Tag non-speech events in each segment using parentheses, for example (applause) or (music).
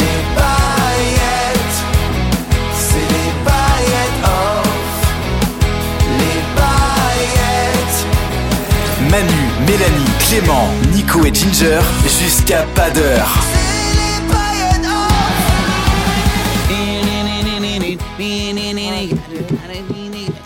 Les paillettes, c'est les paillettes off. Les paillettes. Manu, Mélanie, Clément, Nico et Ginger, jusqu'à pas d'heure.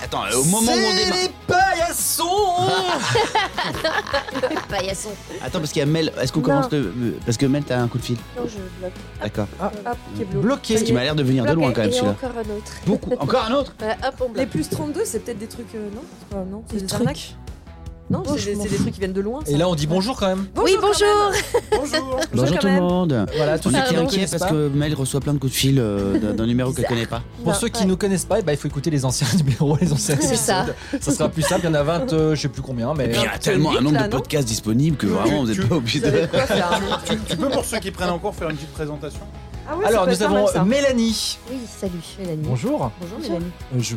Attends, au moment où on démarre. (laughs) Paillasson. Attends, parce qu'il y a Mel. Est-ce qu'on commence le. le- Parce que Mel, t'as un coup de fil. Non, je bloque. D'accord. Hop, qui est bloqué. Bloqué. Ce qui m'a l'air de venir de Bloqué. loin quand même, Et celui-là. encore un autre. Beaucoup. Encore un autre Bah, hop, on bloque. Les plus 32, c'est peut-être des trucs. euh, non, c'est pas- non, c'est Des des trucs. arnaques. Non, Oh, c'est je des, m'en c'est des fous. trucs qui viennent de loin. Et là, on dit bonjour quand même. bonjour, oui, quand bonjour. Bonjour. Bonjour quand tout le même. monde. Voilà, tous On ceux était qui nous inquiets connaissent parce pas. que Mel reçoit plein de coups de fil euh, d'un d'un numéro qu'elle connaît pas. Pour Non, ceux qui ouais. nous connaissent pas, eh ben, il faut écouter les anciens (laughs) numéros, les anciens C'est épisodes. ça. Ça sera plus simple. Il y en a 20, euh, je sais plus combien, mais. Et puis il y a Huit, tellement un nombre là, de non podcasts disponibles que vraiment vous êtes pas obligé Vous avez de. de quoi faire. Tu, tu peux, pour ceux qui prennent encore, faire une petite présentation Ah ouais, Alors, ça peut nous être pas mal, avons ça. Mélanie. Oui, salut, Mélanie. Bonjour. Bonjour, Mélanie. Je...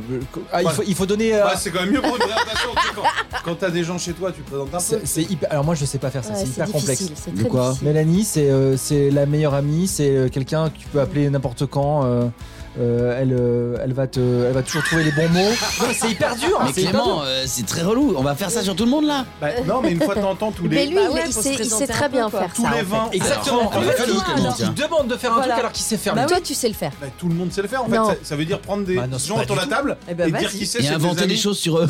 Ah, il, faut, il faut donner. euh, Bah, C'est quand même mieux pour une présentation. tu sais, quand quand t'as des gens chez toi, tu présentes un peu. c'est- c'est hyper... Alors, moi, je sais pas faire ça, Ouais, c'est hyper complexe. difficile, C'est De très quoi difficile. Mélanie, c'est euh, c'est la meilleure amie, c'est euh, quelqu'un que tu peux appeler n'importe quand. euh, euh, elle, euh, elle, va te, elle va toujours trouver les bons mots. Non, mais c'est hyper dur. hein, Mais c'est hyper dur. Clément, euh, c'est très relou. On va faire ça sur tout le monde là. Bah, non, mais une fois t'entends tous Mais les, lui, Bah il- ouais, il, faut sait, se il sait présenter très un peu, bien quoi. faire tous ça. les en fait. 20. Exactement. Alors, En fait, alors, lui, Clément, il tiens. demande de faire un truc Voilà. alors qu'il sait faire. Bah le Toi, tu sais le faire. Bah, tout le monde sait le faire en fait. Non. Ça, ça veut dire prendre des Bah, non, c'est gens pas autour de du la table Eh ben, et vas-y. dire qui c'est. Et c'est inventer amis. des choses sur eux.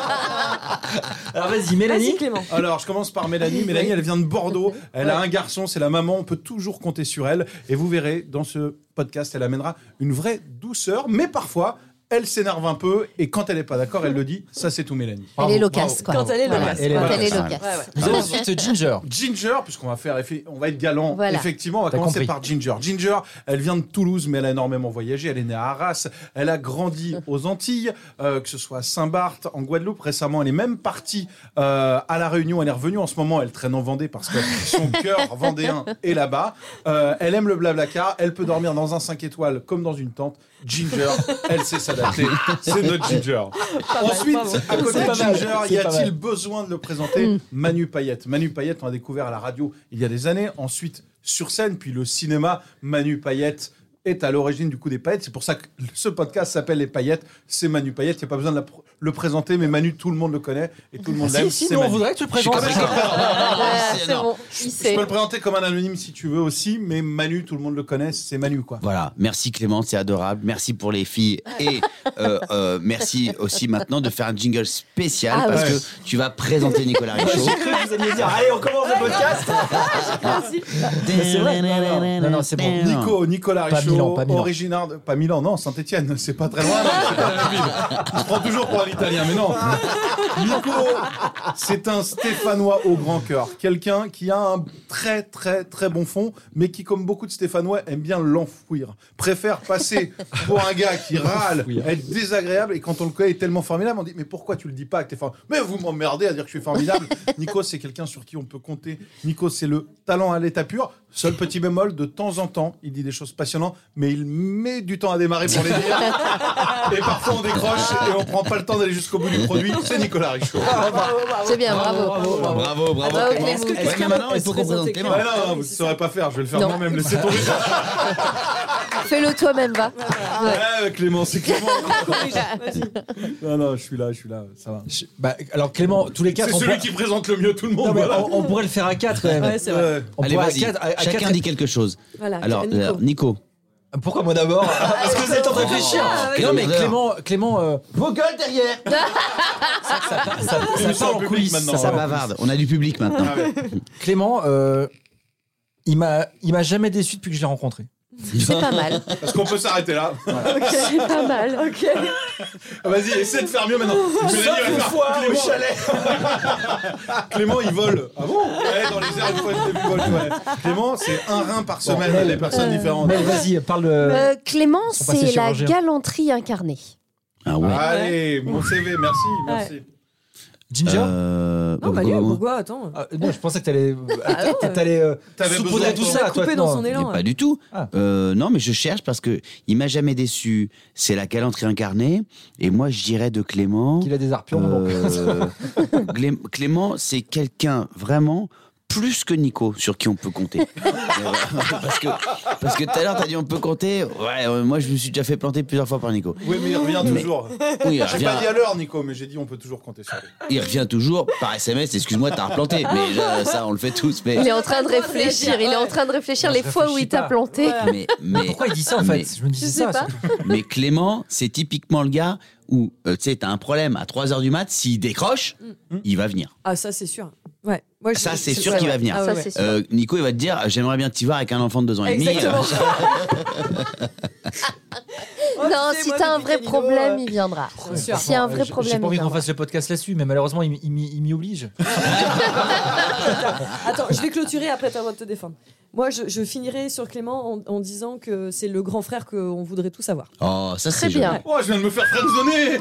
truc. Alors vas-y, Mélanie. Vas-y, Clément. Alors, je commence par Mélanie. Mélanie, elle vient de Bordeaux. Elle a un garçon, c'est la maman. On peut toujours compter sur elle. Et vous verrez, dans ce podcast, elle amènera une vraie douceur, mais parfois. Elle s'énerve un peu et quand elle n'est pas d'accord, elle le dit. Ça, c'est tout, Mélanie. Elle Bravo, est loquace, quoi. Quand elle est Voilà, loquace. Elle est quand loquace. elle est Voilà. loquace. Ouais, ouais. Nous avons euh, ensuite Ginger. Ginger, puisqu'on va faire, effe- on va être galant. Voilà. Effectivement, on va T'as commencer compris. par Ginger. Ginger, elle vient de Toulouse, mais elle a énormément voyagé. Elle est née à Arras. Elle a grandi aux Antilles, euh, que ce soit à Saint-Barth, en Guadeloupe. Récemment, elle est même partie euh, à La Réunion. Elle est revenue. En ce moment, elle traîne en Vendée (laughs) parce que son cœur vendéen est là-bas. Euh, elle aime le blablacar. Elle peut dormir dans un 5 étoiles comme dans une tente. Ginger, elle (laughs) sait s'adapter. C'est notre Ginger. mal, Ensuite, bravo. à Ah, côté C'est de pas mal, Ginger, c'est y pas mal. Mm. a-t-il besoin de le présenter Manu Payette. Manu Payette, on a découvert à la radio il y a des années. Ensuite, sur scène, puis le cinéma. Manu Payette est à l'origine du coup des paillettes. C'est pour ça que ce podcast s'appelle Les Paillettes. C'est Manu Payette. Il n'y a pas besoin de la pr- le présenter, mais Manu, tout le monde le connaît et tout le monde l'aime. Ah, Si, si, c'est nous, on Manu. voudrait que tu le Je suis présentes. comme ça. Ah, C'est c'est énorme. bon, il Je sait. peux le présenter comme un anonyme si tu veux aussi, mais Manu, tout le monde le connaît. C'est Manu, quoi. Voilà, merci Clément, c'est adorable. Merci pour les filles. Et euh, euh, merci aussi maintenant de faire un jingle spécial Ah parce ouais. que tu vas présenter Nicolas Richaud. J'ai cru que vous alliez dire allez, on commence le podcast. C'est vrai. Non, non, non, non, c'est bon. Nico, Nicolas Pas Richaud, Milan, pas Milan. originaire de... Pas Milan, non, Saint-Etienne, c'est (laughs) pas très loin. non, c'est pas la ville. Je prends toujours pour un Italien, mais non. Nico, c'est un Stéphanois au grand cœur. Quelqu'un qui a un très, très, très bon fond, mais qui, comme beaucoup de Stéphanois, aime bien l'enfouir. Préfère passer pour un gars qui râle, être désagréable, et quand on le connaît, est tellement formidable, on dit Mais pourquoi tu le dis pas que t'es formidable Mais vous m'emmerdez à dire que je suis formidable. Nico, c'est quelqu'un sur qui on peut compter. Nico, c'est le talent à l'état pur. Seul petit bémol, de temps en temps, il dit des choses passionnantes, mais il met du temps à démarrer pour les dire. Et parfois, on décroche et on prend pas le temps d'aller jusqu'au bout du produit. C'est Nicolas Richaud. C'est bien, bravo. Bravo, bravo. Bravo, Clément. Clément. Est-ce que maintenant il faut qu'on présente Clément Ah non, non, vous ne saurez pas faire, je vais le faire Non. moi-même, laissez tomber. Fais-le toi-même, va. Ouais, Clément, c'est Clément. (laughs) non, non, je suis là, je suis là, ça va. Je- bah, alors Clément, tous les C'est quatre, on, celui pourrait- qui présente le mieux tout le monde. Non, mais voilà. on- on pourrait le faire à quatre quand même. Ouais, c'est vrai. Ouais. On Allez, pourrait à vas-y. quatre. à- à euh, Chacun quatre- dit quelque chose. Voilà. Alors, Nico. alors, Nico. Pourquoi moi d'abord Ah, Parce que vous êtes en train de réfléchir. Oh, quelle Non mais horreur. Clément, Clément, euh, vos gueules (laughs) derrière. ça, ça, ça, ça, met ça part en en public coulisses. maintenant. ça, ça Ça Ouais. part. bavarde. On a du public maintenant. Ah ouais. Clément, euh, il m'a, il m'a jamais déçu depuis que je l'ai rencontré. C'est pas mal. Parce qu'on peut s'arrêter là. C'est (laughs) pas mal. Ok. Ah, Vas-y, essaie de faire mieux maintenant. Mélanie va faire- Clément, (laughs) Clément, il vole. Ah bon Ouais, dans les airs, une fois, il vole. ouais. Clément, c'est un rein par semaine, Mel, les personnes euh, différentes. Mel, vas-y, parle. de- Euh, Clément, Ils sont passés c'est la chirurgiens. galanterie incarnée. Ah ouais. Allez, mon CV, merci, merci. Ginger Euh, Non, bah lui, Bobo, pourquoi Attends. Ah, Non, je pensais que t'allais. Ah, non, t'a- T'allais. euh, T'avais saupoudrer besoin de tout ton- ça, toi. Coupé dans non. son Mais élan. hein. pas du tout. Ah. Euh, non, mais je cherche parce que il m'a jamais déçu. C'est la calenterie incarnée. Et moi, je dirais de Clément. Qu'il a des arpions. bon. euh, Glé- Clément, c'est quelqu'un vraiment plus que Nico sur qui on peut compter. (laughs) Euh, parce que parce que tout à l'heure t'as dit on peut compter. Ouais, euh, moi je me suis déjà fait planter plusieurs fois par Nico. Oui, mais il revient Mais- toujours. Oui, (laughs) il J'ai pas dit revient, à l'heure, Nico, mais j'ai dit on peut toujours compter sur lui. il revient toujours par SMS. Excuse-moi, t'as replanté. Mais euh, ça, on le fait tous. Mais Il est en train de réfléchir. Il est en train de réfléchir Non, les je fois où il réfléchis t'a pas. planté. mais, mais- (laughs) Pourquoi il dit ça en mais- fait Je me dis Je sais ça. pas. c'est- Mais Clément, c'est typiquement le gars où, euh, tu sais, t'as un problème à 3h du mat, s'il décroche, il va venir. Ah, ça, c'est sûr. Ouais. Moi, je- Ça, c'est je- sûr ouais, qu'il ouais. va venir. Ah, ouais, Ça, ouais. c'est sûr. Euh, Nico, il va te dire J'aimerais bien que t'y vas avec un enfant de 2 ans et demi. Exactement. Euh, non, tu sais, si moi, t'as un depuis vrai Canino, problème, euh, il viendra. Bien sûr. S'il y a un Franchement, vrai j'ai- J'ai problème, pas envie il qu'on viendra. fasse le podcast là-dessus, mais malheureusement, il, m'y- il m'y il m'y (laughs) oblige. Attends, je vais clôturer après t'as le droit de te défendre. Moi, je, je finirai sur Clément en, en disant que c'est le grand frère qu'on voudrait tous avoir. Oh, ça, Très c'est bien. joli. Oh, je viens de me faire (laughs) friendzonner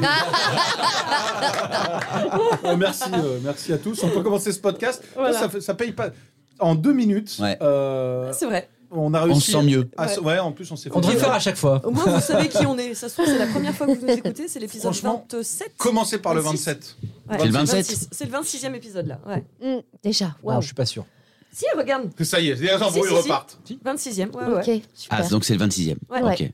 Oh, Merci, euh, merci à tous. On peut commencer ce podcast. Voilà. Ça, fait- ça paye pas. En deux minutes, Ouais. euh, C'est vrai. on a On réussi. se sent mieux. à se- ouais. en plus, on s'est fait. On devrait le faire à chaque fois. Au moins, vous savez qui on est. Ça se trouve, c'est la première fois que vous nous écoutez. C'est l'épisode Franchement, 27. Commencez par le 26. 27. Ouais, C'est le 27. 26. C'est le 26e épisode, là. Ouais. Mm, déjà, Ah, Non, waouh. je suis pas sûr. Si, regarde. Ça y est, les Si, si, embrouilles si. repartent. 26e. Ouais, ouais. Ok, super. Ah, donc c'est le 26e. Ouais. Ok.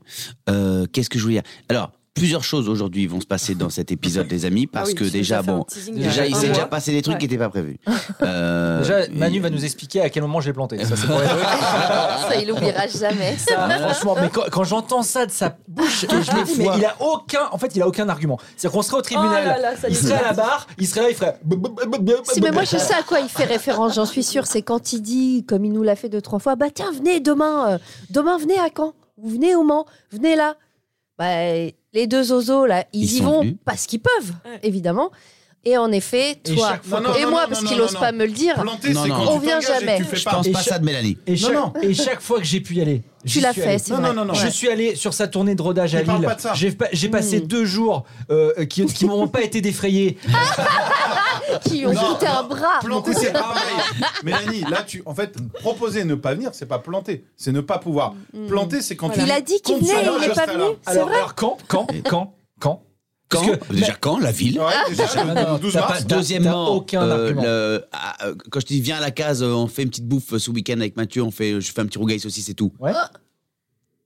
Euh, Qu'est-ce que je voulais dire Alors, plusieurs choses aujourd'hui vont se passer dans cet épisode, les amis, parce Ah oui, que je vais déjà, faire un bon. teasing Oh Déjà, de- il un s'est déjà mois. passé des trucs Ouais. qui n'étaient pas (laughs) prévus. Euh, Déjà, et- Manu va nous expliquer à quel moment j'ai planté. Ça, (laughs) c'est pour les- Ah, ça, il oubliera jamais. Ah, franchement, mais quand, quand j'entends ça de sa bouche, et je me dis, mais il a aucun, en fait, il a aucun argument. C'est-à-dire qu'on serait au Oh tribunal, là là, ça y il est. serait à la barre, il serait là, il ferait. Si, mais moi, euh, je sais à quoi il fait référence, j'en suis sûre. C'est quand il dit, comme il nous l'a fait deux, trois fois, bah tiens, venez demain, euh, demain, venez à Caen, ou venez au Mans, venez là. Bah, les deux zozos, là, ils, Ils y sont vont venus. parce qu'ils peuvent, Ouais. évidemment. Et en effet, Et toi chaque et, fois qu'on- Non, moi, non, parce non, qu'il non, n'ose non. pas me le dire, Planter, Non, c'est non. quand On tu vient t'engages et que jamais. Tu fais Je pas. pense Et pas cha- ça de Mélanie. Et Non, chaque, non. et chaque fois que j'ai pu y aller, tu j'y l'as suis fait, allé. c'est Non, vrai. non, non, non. Ouais. Hmm. Je suis allé sur sa tournée de rodage à Il parle Lille. pas de ça. J'ai pa- J'ai passé deux jours euh, qui, qui m'ont pas été défrayés. Qui ont Non, coûté un non, bras. Planter, c'est pas pareil. Mélanie, là, tu, en fait, proposer ne pas venir, c'est pas planter, c'est ne pas pouvoir. Planter, c'est quand tu. Mm. Il a dit qu'il comptes sur venait, moi, il n'est je pas serai là. venu. C'est Alors, vrai. alors quand, quand, quand, quand Quand Parce que- Déjà, quand La ville Ouais, déjà, Non, non, le 12 t'as mars. pas- Deuxièmement, T'as aucun euh, argument. le- ah, euh, quand je te dis viens à la case, euh, on fait une petite bouffe euh, ce week-end avec Mathieu, on fait, je fais un petit rougail saucisse et tout.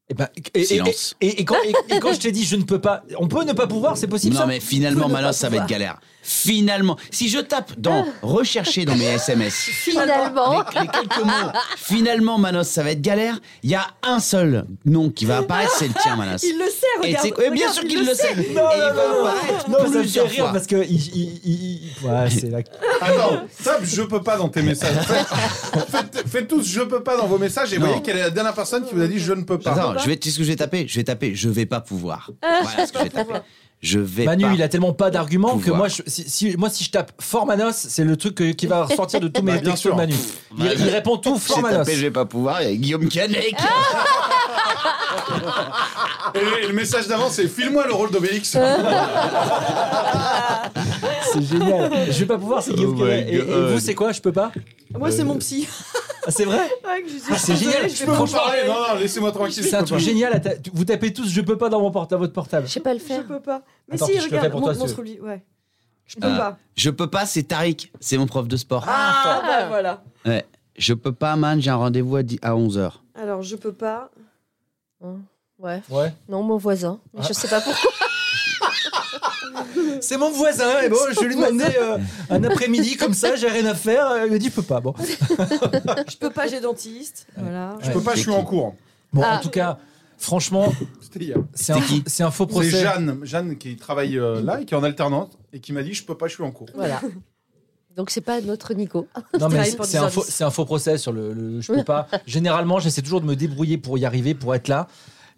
Eh ben, et, et- Silence. Et, et quand, et- et quand je t'ai dit je ne peux pas, on peut ne pas pouvoir, c'est possible non ça mais finalement, Faut ne Malos, pas ça va être pouvoir. galère. Finalement, si je tape dans Ah. rechercher (laughs) dans mes SMS Oh. Finalement, les quelques mots, finalement Manos, ça va être galère. Il y a un seul nom qui Ah. va apparaître, c'est le tien, Manos. Il le sait, Et tu regarde. sais quoi, bien Regarde, sûr il qu'il le sait. Et il Non, va non, non, non, apparaître non, ça me fait plusieurs rire fois. parce que il, il- il- il- ouais, c'est la... Attends, tape je peux pas dans tes messages. Faites, faites- faites tous je peux pas dans vos messages et Non. voyez quelle est la dernière personne qui vous a dit je ne peux pas. Attends, je vais, tu sais ce que je vais taper Je vais taper, je vais pas pouvoir. Ah. Voilà ce que je vais (laughs) taper. Je vais Manu, pas. il a tellement pas d'arguments que pouvoir. moi, je- si, si- moi, si je tape Formanos, c'est le truc que- qui va ressortir de tous Bah, mes bien textos sûr. de Manu. Il, il répond tout Bah, J'ai Formanos. tapé, je vais pas pouvoir. Il y a Guillaume Canet qui- Et, le- et le message d'avant c'est file-moi le rôle d'Obélix. C'est génial. Je vais pas pouvoir, c'est Guillaume Oh qui l'a- my et, et God. vous, c'est quoi Je peux pas Moi, c'est mon psy. Ah, C'est vrai Ouais, que je dis, Ah, c'est je suis génial. désolée, Je Je peux vais Faut pas vous parler, non, non, laissez-moi tranquille. C'est un je peux truc pas. génial. à ta- tu- Vous tapez tous Je peux pas dans, mon porte, dans votre portable. je sais pas le faire. Je peux pas. Mais Attends, si, je le fais regarde, pour toi, mon- si tu montre-lui. Ouais. Je peux Ah. pas. Je peux pas, c'est Tariq, c'est mon prof de sport. Ah, bah voilà. Ouais. Je peux pas, man, j'ai un rendez-vous à, 11h. Alors, je peux pas. Ouais. Ouais. Non, mon voisin. Mais Je sais pas pourquoi. C'est mon voisin. Et bon, je lui demandais euh, un après-midi comme ça, j'ai rien à faire. euh, Il m'a dit Je peux pas. Bon, Je peux pas, j'ai dentiste. Voilà. Je peux pas, je suis en cours. bon Ah. en tout cas, franchement, C'était hier. c'est un, qui c'est un faux C'est procès. Jeanne, Jeanne qui travaille euh, là et qui est en alternance et qui m'a dit je peux pas, je suis en cours. Voilà. Donc c'est pas notre Nico. Non, mais travaille c'est pour c'est des un, faux- services. c'est un faux procès sur le, le- je peux pas. Généralement, j'essaie toujours de me débrouiller pour y arriver, pour être là.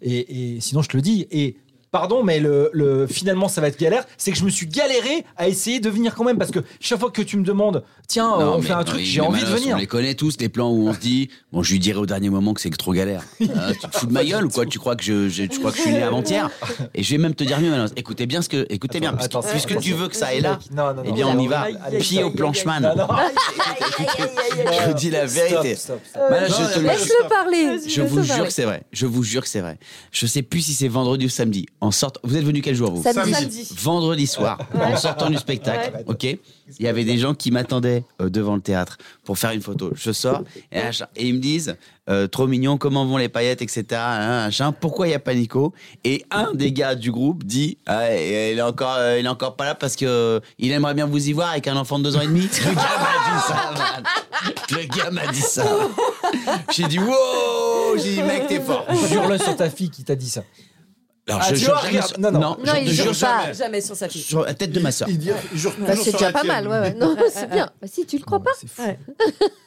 Et, et sinon, je te le dis. Et pardon, mais le, le- finalement, ça va être galère. C'est que je me suis galéré à essayer de venir quand même. Parce que chaque fois que tu me demandes, tiens, euh, Non, on mais- fait un truc, oui, j'ai mais envie de Manos, venir. On les connaît tous, les plans où on se dit, bon, je lui dirai au dernier moment que c'est que trop galère. Hein, tu te fous de ma gueule ou quoi Tu crois que je, je- tu crois que je suis né avant-hier Et je vais même te dire mieux, Manos. Écoutez bien ce que, écoutez bien, puisque, attends, c'est- puisque tu veux que ça aille là, Non, non, non. eh bien on y va. Aïe, aïe, Pied aïe, au aïe, planchman. Ah Non, (laughs) non. Je dis la vérité. Stop, stop, stop. Manos, non, je te le mais- jure. Laisse-le parler. Vas-y, Je laisse-le vous parler. jure que c'est vrai. Je vous jure que c'est vrai. Je sais plus si c'est vendredi ou samedi. En sorte, vous êtes venu quel jour vous Samedi. Samedi. Vendredi soir, en sortant du spectacle, ok, il y avait des gens qui m'attendaient euh, devant le théâtre pour faire une photo. Je sors et, machin. Et ils me disent euh, trop mignon, comment vont les paillettes, etc. hein, machin. Pourquoi il y a pas Nico Et un des gars du groupe dit Ah, et- et il est encore, euh, il est encore pas là parce que euh, il aimerait bien vous y voir avec un enfant de deux ans et demi. Le gars m'a dit ça. man. Le gars m'a dit ça. J'ai dit wow, j'ai dit mec t'es fort. Jure-le sur ta fille qui t'a dit ça. Alors, Ah, je tu jure vois, jamais regarde, sur- non, non. Non, je te il jure jure pas. jamais. Jamais sur sa fille. Sur la tête de ma sœur. Il dit, il jure Bah, toujours c'est sur déjà la pas tienne. mal, ouais, (laughs) ouais. Non, c'est bien. Bah, si tu le crois pas, C'est fou. Ouais.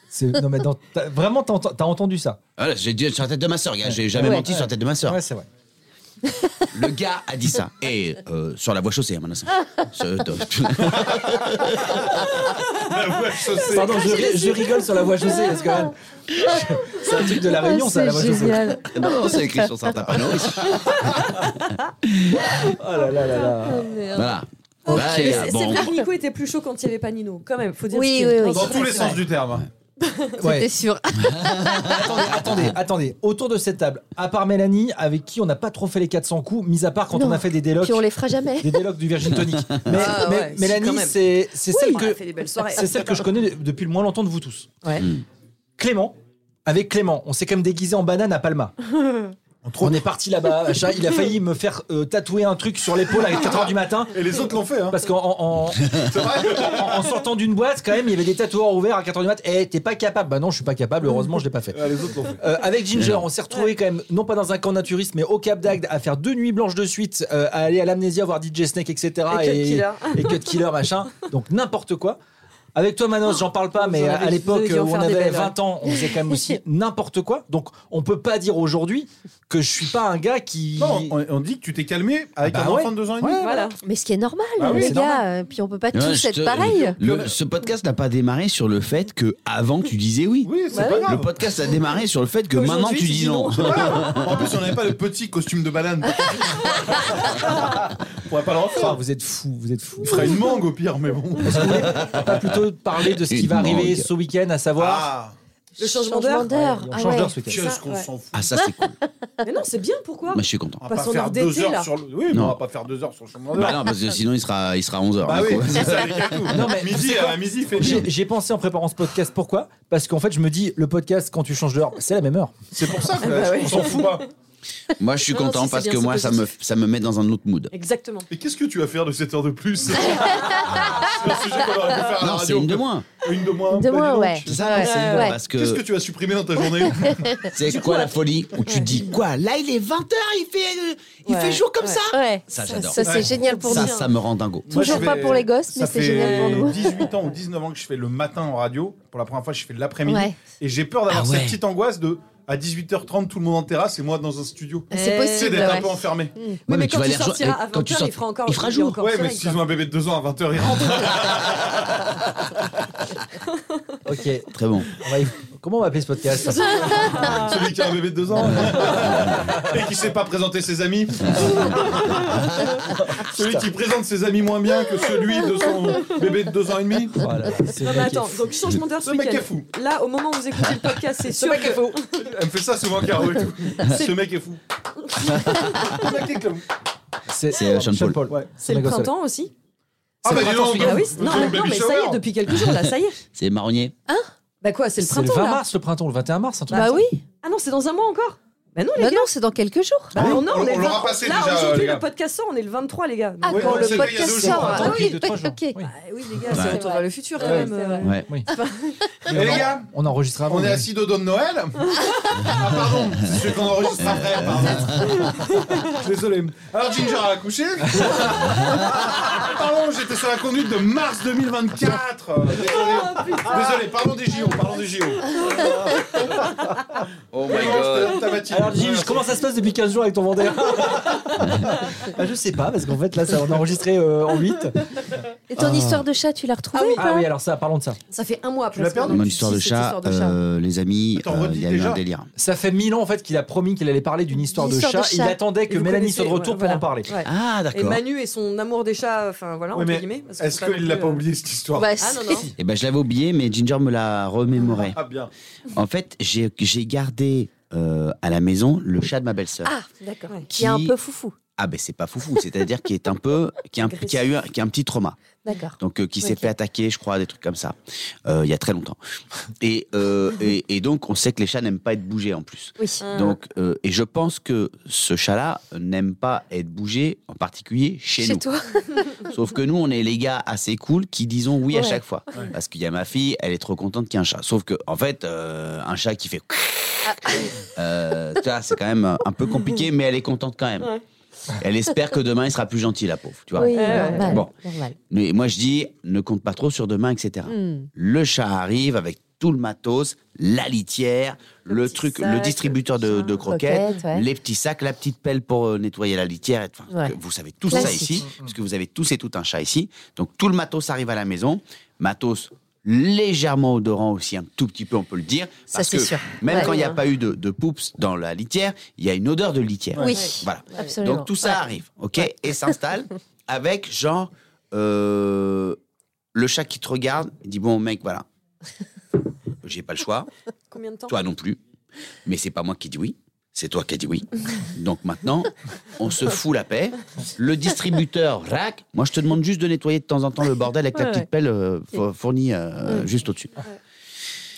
C'est- Non, mais dans- t'as- vraiment, t'as ent- t'as entendu ça. Voilà, Ah, j'ai dit sur la tête de ma sœur, gars. J'ai jamais Ouais. menti sur la tête de ma sœur. Ouais, c'est vrai. Le gars a dit ça. Et euh, sur la voie chaussée, hein, maintenant. Ce- Ah ouais, je sais. Pardon, je, ri- je rigole sur la voie chaussée parce que même, (laughs) c'est un truc de la Réunion, ça, la voie c'est chaussée. génial. non, c'est écrit sur certains panneaux. ici. Oh là là là là. Oh, merde. Voilà. Ok, Bah, et, euh, C'est c'est bon, vrai que Nico était plus chaud quand il n'y avait pas Nino. Quand même, faut dire. Oui, ce qu'il oui, est. oui. Non, Dans c'est tous vrai, les c'est sens vrai. du terme. Ouais. T'es sûr Attendez, attendez, attendez. Autour de cette table, à part Mélanie, avec qui on n'a pas trop fait les 400 coups, mis à part quand Non. on a fait des délocs, Puis on les fera jamais. des délocs du Virgin Tonic. Mais, Ah mais- ouais, si, quand Mélanie, même. c'est c'est celle On a que fait des belles soirées. c'est celle que je connais de- depuis le moins longtemps de vous tous. Ouais. Clément, avec Clément, on s'est quand même déguisé en banane (laughs) à Palma. On est parti là-bas, machin. il a failli me faire euh, tatouer un truc sur l'épaule à 4h du matin. Et les autres l'ont fait, hein. Parce qu'en en- en- (laughs) C'est vrai en, en sortant d'une boîte, quand même, il y avait des tatoueurs ouverts à 4h du mat. Eh, t'es pas capable. Bah non, je suis pas capable. Heureusement, je l'ai pas fait. Ah, Les autres l'ont fait. Euh, avec Ginger, on s'est retrouvé quand même, non pas dans un camp naturiste, mais au Cap d'Agde, à faire deux nuits blanches de suite, euh, à aller à l'amnésia voir DJ Snake, etc. Et Cut Killer. et Cut Killer, machin. Donc n'importe quoi. Avec toi, Manos, j'en parle pas, Vous mais en à avez- à vous l'époque avez dû où en on faire des avait belles, 20 ans, on faisait quand (laughs) même aussi n'importe quoi. Donc on peut pas dire aujourd'hui que je suis pas un gars qui. Non, on, on dit que tu t'es calmé avec Bah un ouais. enfant de deux ans et demi. Ouais, Voilà. Mais ce qui est normal, Bah oui, les c'est gars. Puis on peut pas Ouais, tous je être te- pareil. le- ce podcast n'a pas démarré sur le fait que avant tu disais oui. Oui, c'est Bah pas oui. grave. Le podcast a démarré sur le fait que Aujourd'hui, maintenant tu tu dis dis non. Voilà. En plus, on n'avait pas le petit costume de banane. on pourrait pas le Ah, refaire. vous êtes fou, vous êtes fou. On ferait une mangue au pire, mais bon. On va pas plutôt parler de ce qui Une va arriver mangue. ce week-end, à savoir. Ah, Le changement d'heure. Ouais, d'heure. on Ah change ouais. d'heure ce week-end. qu'est-ce qu'on ouais. s'en fout. (laughs) Ah ça c'est cool. Mais non, c'est bien. Pourquoi Moi je suis content. On va Parce pas qu'on faire est deux d'été, heures là. sur le. Oui, mais Non. on va pas faire deux heures sur le changement Bah d'heure. non parce que sinon il sera il sera 11h. Bah oui, c'est ça, les gars, tout. mais- midi, à midi, il fait J'ai bien. j'ai pensé en préparant ce podcast, pourquoi Parce qu'en fait, je me dis, le podcast, quand tu changes d'heure, c'est la même heure. C'est pour ça qu'on Bah ouais. s'en fout pas. Moi je suis Non, non, content si, c'est parce bien, que c'est moi ça me ça me met dans un autre mood. Exactement. Mais qu'est-ce que tu vas faire de 7 heures de plus C'est un sujet qu'on aurait pu faire à la Non c'est radio. une de moins. Une de moins. De bah, dis moi, donc. ouais. C'est ça, c'est une de moins, Ouais. parce que Qu'est-ce que tu vas supprimer dans ta journée C'est quoi, la folie où tu dis quoi Là, il est 20h, il fait, euh, il Ouais, fait jour comme ouais. ça Ouais. Ça, j'adore. Ça, c'est Ouais. génial pour Ça, nous. ça me rend dingo. Moi, Toujours je pas fais- pour les gosses, mais Ça c'est fait génial pour (laughs) nous. 18 ans ou 19 ans que je fais le matin en radio. Pour la première fois, je fais l'après-midi. Ouais. Et j'ai peur d'avoir Ah ouais. cette petite angoisse de à 18h30, tout le monde en terrasse et moi dans un studio. Euh, C'est Eh, Tu sais, possible. d'être un ouais. Mmh, peu enfermé. Oui, mais mais tu quand vas tu les rejoindre- sortiras à et quand tu 20h, il sortes- fera encore il fera il est jour. encore Ouais, mais soleil, s'ils quoi. ont un bébé de 2 ans à 20h, ils rentrent. Ok, Très bon. on va y- comment on va appeler ce podcast Ah. Celui qui a un bébé de 2 ans. euh, et qui sait pas présenter ses amis. (laughs) celui qui présente ses amis moins bien que celui de son bébé de 2 ans et demi. Voilà, c'est Non, le mais mec qui est attends, fou. donc changement d'heure ce Ce mec week-end. est fou. Là, au moment où vous écoutez le podcast, c'est sûr que Elle me fait ça souvent, Caro et tout. Ce mec est fou. (laughs) Ce mec est clown. C'est C'est, euh, Sean Paul. ouais. c'est le le mec au soleil. printemps aussi. Ah, bah dis printemps, donc, celui-là. Ah oui, c'est non, le mais non, baby mais ça y shower. est, depuis quelques jours là, ça y est. C'est marronnier. Bah quoi, c'est le C'est le printemps 20 là. mars, le printemps, le 21 mars, un truc Bah comme oui. Ah non, c'est dans un mois encore. Bah non, les Bah gars. non, c'est dans quelques jours. Bah, on, a- on- on est on le l'aura 20 passé Là, déjà, euh, les aujourd'hui, gars. le podcast sort, on est le 23, les gars. Ah, Oui, quand non, le c'était il y a deux podcast jours, sort. attends, Ah qu'il y ait oui, (laughs) deux, trois jours. ok. Oui. Ah, oui, les gars, Ouais. c'est retour vers le futur quand Ouais, même. c'est vrai. euh. Ouais. Et les gars, On enregistre avant. Eh on est mais- assis dodo de Noël (laughs) Ah pardon, c'est celui qu'on enregistre après, (laughs) pardon. Désolé. Alors Ginger a accouché Pardon, j'étais sur la conduite de mars 2024 Euh, Désolé, Oh, putain. Désolé, parlons des JO, parlons des JO. Oh my god. Comment ta matinée Alors Gilles, comment ça se passe depuis 15 jours avec ton vendeur (laughs) bah, Je sais pas, parce qu'en fait là, ça, on a enregistré euh, en 8. Et ton histoire de chat, tu l'as retrouvée ou Ah pas oui, alors ça, parlons de ça. Ça fait un mois. Tu l'as presque, perdu non, Mon tu histoire dis de cette chat, histoire de chat. euh, les amis, Attends, euh, il redis y a eu déjà. un délire. Ça fait 1000 ans en fait qu'il a promis qu'il allait parler d'une histoire, Une de, histoire chat. de Il chat. attendait Et que vous Mélanie connaissez, soit de retour ouais, pour voilà. en parler. Ouais. Ah, Et d'accord. Manu et son amour des chats, enfin voilà, Oui, entre mais guillemets. parce que Est-ce c'est pas qu'il non l'a plus, pas euh, oublié cette histoire Bah, Ah si. non, non. Eh ben, je l'avais oublié, mais Ginger me l'a remémoré. Ah bien. En fait, j'ai j'ai gardé euh, à la maison le chat de ma belle-sœur. Ah, d'accord. Ouais. Qui est un peu foufou. Ah ben c'est pas foufou, c'est-à-dire qui est un peu, qui, a un- qui a eu, un- qui a un petit trauma, D'accord. donc euh, qui s'est Ok. fait attaquer, je crois, des trucs comme ça, euh, il y a très longtemps. Et, euh, et, et donc on sait que les chats n'aiment pas être bougés en plus. Oui. Donc euh, et je pense que ce chat-là n'aime pas être bougé, en particulier chez, Chez nous. toi. Sauf que nous on est les gars assez cool qui disons oui à Ouais. chaque fois, parce qu'il y a ma fille, elle est trop contente qu'il y ait un chat. Sauf que en fait euh, un chat qui fait, Ah. (laughs) euh, tu vois, c'est quand même un peu compliqué, mais elle est contente quand même. Ouais. Elle espère que demain il sera plus gentil la pauvre, tu vois. Oui, ouais, normal. bah, euh, Bon. normal. Mais moi, je dis, ne compte pas trop sur demain, etc. Hmm. Le chat arrive avec tout le matos, la litière, Le le, petit truc, sac, le distributeur de, le de chat, croquettes, croquettes, ouais. les petits sacs, la petite pelle pour euh, nettoyer la litière. et- enfin, Ouais. que Vous savez tout ça Classique. Hmm. ici, parce que vous avez tous et tout un chat ici. Donc, tout le matos arrive à la maison. Matos légèrement odorant aussi, un tout petit peu, on peut le dire. Ça, parce c'est que sûr. Même Ouais. quand il n'y a pas eu de, de poups dans la litière, il y a une odeur de litière. Oui. Voilà. Absolument. Donc tout ça arrive, ok, et s'installe avec genre euh, le chat qui te regarde, il dit bon mec voilà, j'ai pas le choix, Combien de temps toi non plus, mais c'est pas moi qui dis oui, c'est toi qui as dit oui. Donc maintenant on se fout la paix. Le distributeur rac, moi je te demande juste de nettoyer de temps en temps le bordel avec la Ouais, ouais. petite pelle euh, fo- fournie euh, juste au-dessus.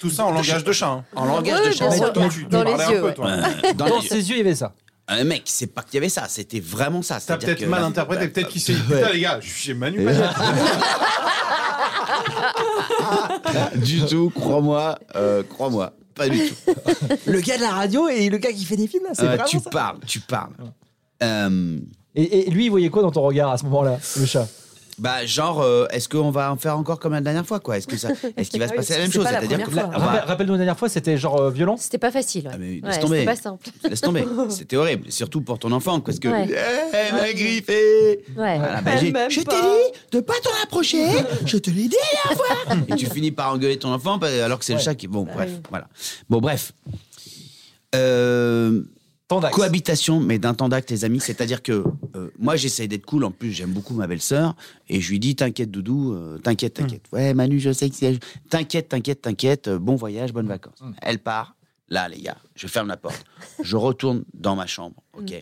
Tout ça en langage de chat. hein. En langage de Ouais, chat. bien sûr. Toi, tu, tu Dans les parlais un yeux, peu, ouais. toi. Euh, dans Dans les yeux. ses yeux, il y avait ça. Euh, mec, c'est pas qu'il y avait ça, c'était vraiment ça. T'as C'est-à-dire peut-être que- mal interprété, peut-être qu'il s'est dit Putain, les gars, je suis chez Manu Payette. du tout, crois-moi, euh, crois-moi, pas du tout. Le gars de la radio et le gars qui fait des films, là, c'est Euh, vraiment tu ça. parles, tu parles. Euh, Et, et lui, il voyait quoi dans ton regard à ce moment-là, le chat bah genre, euh, est-ce qu'on va en faire encore comme la dernière fois quoi Est-ce que (laughs) ça, est-ce qu'il va se Ah oui, passer la c'est même chose pas la C'est-à-dire que première là, fois. on va- Rappel- Rappelle-nous la dernière fois, c'était genre euh, violent. C'était pas facile. ouais. Ah, mais laisse Ouais, tomber. C'était pas simple. (laughs) laisse tomber, c'était horrible, surtout pour ton enfant, parce que Ouais. Eh, elle m'a griffé. Ouais. Ah, la Elle magie. m'aime je t'ai pas. dit de pas t'en approcher, je te l'ai dit la fois. (laughs) Et tu finis par engueuler ton enfant bah, alors que c'est le Ouais. chat qui. Bon, bref, voilà. Bon, bref. Euh, Tendax. Cohabitation, mais d'un temps d'acte, les amis. C'est-à-dire que euh, moi, j'essaye d'être cool. En plus, j'aime beaucoup ma belle-sœur. Et je lui dis T'inquiète, Doudou, euh, t'inquiète, t'inquiète. Ouais, Manu, je sais que c'est. T'inquiète, t'inquiète, t'inquiète. euh, bon voyage, bonnes vacances. Elle part. Là, les gars, je ferme la porte. je retourne dans ma chambre. OK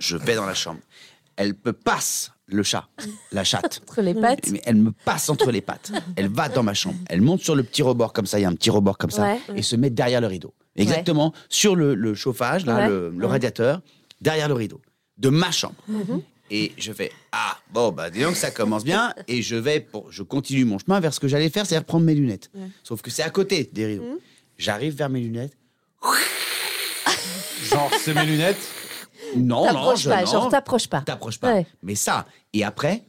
Je vais dans la chambre. Elle me passe le chat, la chatte. Entre les pattes. Mais elle me passe entre les pattes. (laughs) Elle va dans ma chambre. Elle monte sur le petit rebord comme ça. Il y a un petit rebord comme ça. Ouais. Et se met derrière le rideau. Exactement. Sur le, le chauffage, là, Ouais. Mhm. le, le radiateur, derrière le rideau. De ma chambre. Et je fais Ah, bon, bah, disons que ça commence bien. Et je vais, pour, je continue mon chemin vers ce que j'allais faire, c'est-à-dire prendre mes lunettes. Sauf que c'est à côté des rideaux. Mhm. J'arrive vers mes lunettes. Genre, c'est mes lunettes. Non, non, T'approches je pas, non. genre t'approches pas. t'approches pas. Ouais. Mais ça, et après,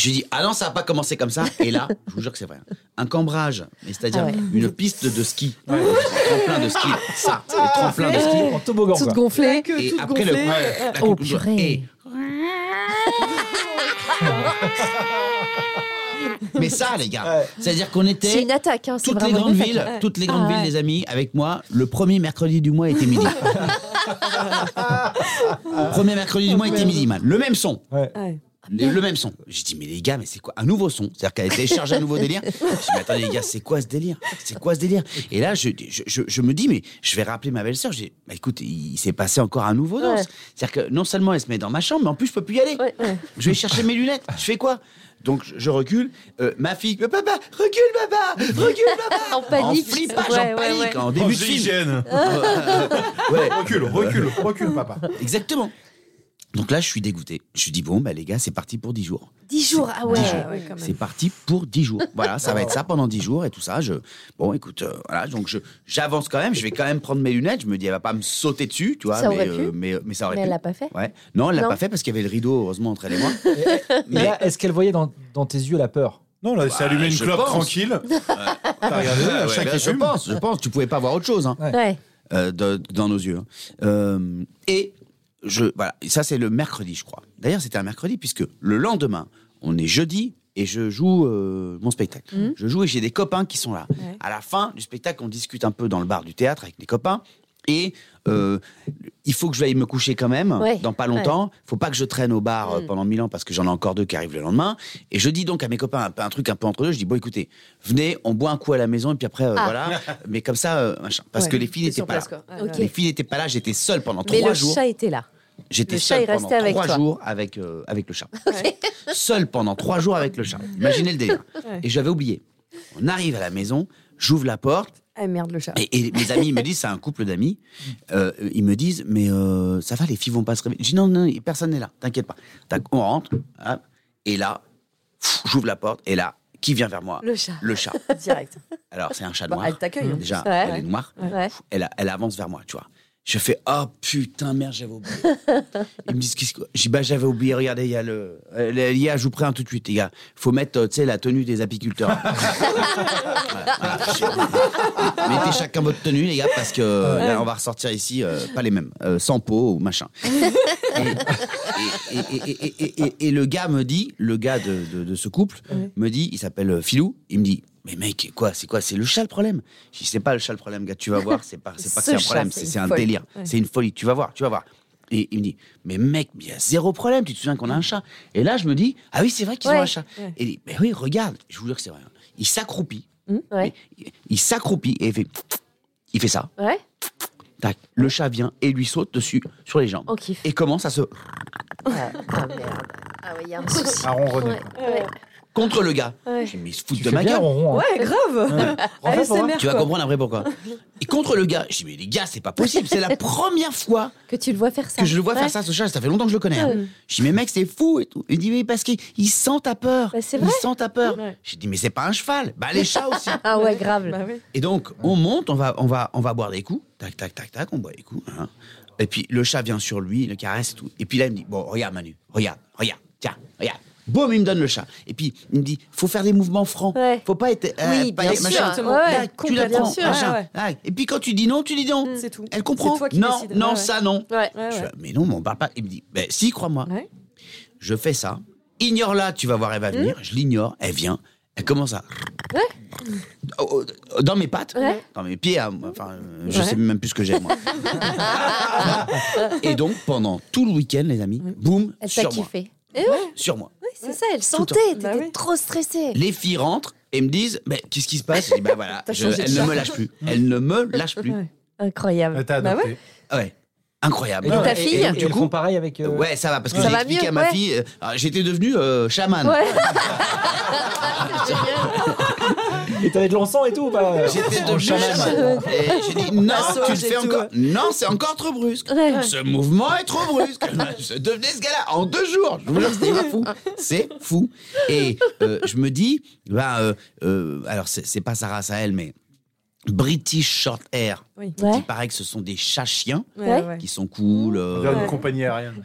je dis, ah non, ça n'a pas commencé comme ça. Et là, je vous jure que c'est vrai. hein. Un cambrage, mais c'est-à-dire Ah ouais. une piste de ski. Un tremplin de ski. Ça, le tremplin de ski. En toboggan. Toute quoi. gonflée. Que Et toute après le. gonflée, ouais, la Oh, conclusion. purée. Et- Mais ça, les gars, c'est-à-dire qu'on C'est était. une attaque. Hein, c'est Toutes les, vraiment grandes une attaque. villes, toutes les grandes Ah villes, ouais. les amis, avec moi, le premier mercredi du mois était midi. premier mercredi du mois était midi, man. Le même son. Ouais. Ouais. Le, le même son. J'ai dit, mais les gars, mais c'est quoi Un nouveau son. C'est-à-dire qu'elle télécharge un nouveau délire. J'ai dit, mais attendez, les gars, c'est quoi ce délire C'est quoi ce délire Et là, je, je, je- je me dis, mais je vais rappeler ma belle-sœur. J'ai dit, bah, écoute, il, il s'est passé encore un nouveau danse. Ouais. C'est-à-dire que non seulement elle se met dans ma chambre, mais en plus, je peux plus y aller. Ouais, ouais. Je vais chercher mes lunettes. Je fais quoi Donc je- je recule. Euh, ma fille, papa, recule, papa, recule, papa. En (laughs) panique. En flippage, Ouais, ouais, en panique, ouais. en Oh, début de film. GIGN. Ouais, Recule, recule, recule, papa. exactement. Donc là, je suis dégoûté. Je dis bon, bah les gars, c'est parti pour 10 jours. 10 jours, ah ouais, hein. Dix jours. ouais, quand même. C'est parti pour 10 jours. Voilà, ça va être ça pendant 10 jours et tout ça. Je... Bon, écoute, euh, voilà, donc je- j'avance quand même, je vais quand même prendre mes lunettes. Je me dis, elle va pas me sauter dessus, tu vois. Ça mais, euh, aurait pu. mais, mais ça aurait Mais elle pu. l'a pas fait. Ouais. Non, elle l'a Non. pas fait parce qu'il y avait le rideau, heureusement, entre elle et moi. Mais là, est-ce qu'elle voyait dans, dans tes yeux la peur Non, là, c'est allumer une je clope pense. tranquille. T'as regardé, Ouais, (laughs) ouais, chacun ben, je fume. pense, je pense. Tu pouvais pas voir autre chose hein, Ouais. euh, de- dans nos yeux. hein. Euh, et je, voilà, et ça c'est le mercredi, je crois. D'ailleurs, c'était un mercredi puisque le lendemain, on est jeudi et je joue euh, mon spectacle. Mmh. Je joue et j'ai des copains qui sont là. Ouais. À la fin du spectacle, on discute un peu dans le bar du théâtre avec des copains. Et euh, il faut que je vais me coucher quand même Ouais, Mmh. dans pas longtemps. Faut pas que je traîne au bar euh, pendant mille ans parce que j'en ai encore deux qui arrivent le lendemain. Et je dis donc à mes copains un, peu- un truc un peu entre deux. Je dis bon écoutez, venez, on boit un coup à la maison et puis après euh, Ah. (laughs) voilà. Mais comme ça, euh, machin. parce Ouais. que les filles T'es n'étaient sur pas place, là. quoi. Ouais, Ok. ouais. Les filles n'étaient pas là. J'étais seul pendant Mais trois le jours. chat était là. J'étais le chat seul est resté pendant avec trois toi. jours avec euh, avec le chat. Seul pendant trois jours avec le chat. Imaginez le (laughs) délire. Ouais. Et j'avais oublié. On arrive à la maison, j'ouvre la porte. Ah merde, le chat. Et, et mes amis me disent, c'est un couple d'amis, euh, ils me disent, mais euh, ça va, les filles vont pas se réveiller. Je dis, non, non, personne n'est là, t'inquiète pas. Tac, on rentre, hop, et là, pff, j'ouvre la porte, et là, qui vient vers moi Le chat. Le chat. Direct. Alors, c'est un chat Bah, noir. elle t'accueille. hein. Déjà, Ouais. elle est noire. Ouais. Pff, Elle, a- elle avance vers moi, tu vois. Je fais, oh putain, merde, j'avais oublié. Ils me disent, qu'est-ce que. Je dis, bah, j'avais oublié, regardez, il y a le. euh, Il y a, je vous préviens tout de suite, les gars. Faut mettre, euh, tu sais, la tenue des apiculteurs. Voilà, voilà. (laughs) Je- Mettez chacun votre tenue, les gars, parce que euh, là, on va ressortir ici, euh, pas les mêmes, euh, sans peau ou (laughs) machin. Et, et- et- et- et- et- et le gars me dit, le gars de, de- de ce couple me dit, il s'appelle euh, Philou, il me dit, mais mec, quoi, c'est quoi, c'est le chat le problème Je dis, c'est pas le chat le problème, gars, tu vas voir, c'est pas, c'est pas que Ce c'est un chat, problème, c'est c'est une c'est un folie. délire, Ouais. c'est une folie, tu vas voir, tu vas voir. Et il me dit, mais mec, il y a zéro problème, tu te souviens qu'on a un chat. Et là, je me dis, ah oui, c'est vrai qu'ils ont Ouais. un chat. Ouais. Et il dit, mais oui, regarde, je vous jure que c'est vrai. Il s'accroupit, Ouais. il- il s'accroupit et il fait, il fait ça. Ouais. Tac, le chat vient et lui saute dessus sur les jambes. On kiffe. Et commence à se Ah ah, merde. Ah ouais, il y a un souci. À ronronner. Ouais, ouais. contre le gars. Ouais. Je dis, mais il se fout Tu de fais ma bien, gueule. Ronron, hein. Ouais, grave. Refais pour voir. ASMR, Tu vas quoi. comprendre après pourquoi. Et contre le gars, je dis mais les gars, c'est pas possible. C'est la (laughs) première fois Que tu le vois faire ça. que je le vois Ouais. faire ça, ce chat. Ça fait longtemps que je le connais. hein. Ouais. Je dis mais mec, c'est fou et tout. Il dit mais parce qu'il il sent ta peur. Bah, c'est il vrai. sent ta peur. Ouais. Je dis mais c'est pas un cheval. Bah les chats (laughs) aussi. Ah ouais, grave. Bah ouais. Et donc, on monte, on va, on, va, on va boire des coups. Tac, tac, tac, tac, on boit des coups. hein. Et puis, le chat vient sur lui, il le caresse et tout. Et puis là, il me dit Bon, regarde, Manu, regarde, regarde, tiens, regarde. Boum, il me donne le chat. Et puis, il me dit Faut faire des mouvements francs. Ouais. Faut pas être. euh, Oui, pas bien être machin. sûr, ouais, ouais, Tac, tu la complètement prends, sûr, machin. ouais, ouais. Tac. Et puis, quand tu dis non, tu dis non. C'est tout. Elle comprend C'est toi qui Non, décides. non, Ouais, ouais. ça, non. Ouais. Ouais, Je ouais. fais, mais non, mais on parle pas. Il me dit Ben, si, crois-moi. Ouais. Je fais ça. Ignore-la, tu vas voir, elle va venir. Je l'ignore, elle vient. Elle commence à. Oh, oh, Dans mes pattes, Ouais. dans mes pieds, hein, moi, enfin, euh, je Ouais. sais même plus ce que j'ai, (laughs) moi. et donc, pendant tout le week-end, les amis, boum, Mm. Elle t'a sur moi, kiffé. Eh ouais, sur moi. oui, c'est ça, elle le temps. sentait, t'étais Bah oui. trop stressée. Les filles rentrent et me disent Mais qu'est-ce qui se passe Je dis Bah voilà, T'as je- changé de elle ne chat. me lâche plus. Mm. Elle ne me lâche plus. Ouais. Incroyable. T'as Bah adopté. Ouais, incroyable. Et donc- ta et- fille et- et Du elles coup- font pareil avec. euh, Ouais, ça va, parce que Ça j'ai va expliqué mieux, à ma ouais. fille, euh, alors, j'étais devenu euh, chaman. Ouais. Et t'avais de l'encens et tout ou pas euh, J'étais En Oh, devenu chaman. chaman. euh, Et j'ai dit, non, tu le j'ai fais tout, encore. ouais. Non, c'est encore trop brusque. Ouais. Ce mouvement est trop (laughs) brusque. Je devenais ce gars-là en deux jours. Je vous jure, c'est fou. C'est fou. Et euh, je me dis, bah, euh, euh, alors c'est c'est pas sa race à elle, mais British Short Hair. Oui. Ouais. Il paraît que ce sont des chats chiens Ouais, ouais. qui sont cool. On euh, Mmh. dirait une compagnie aérienne.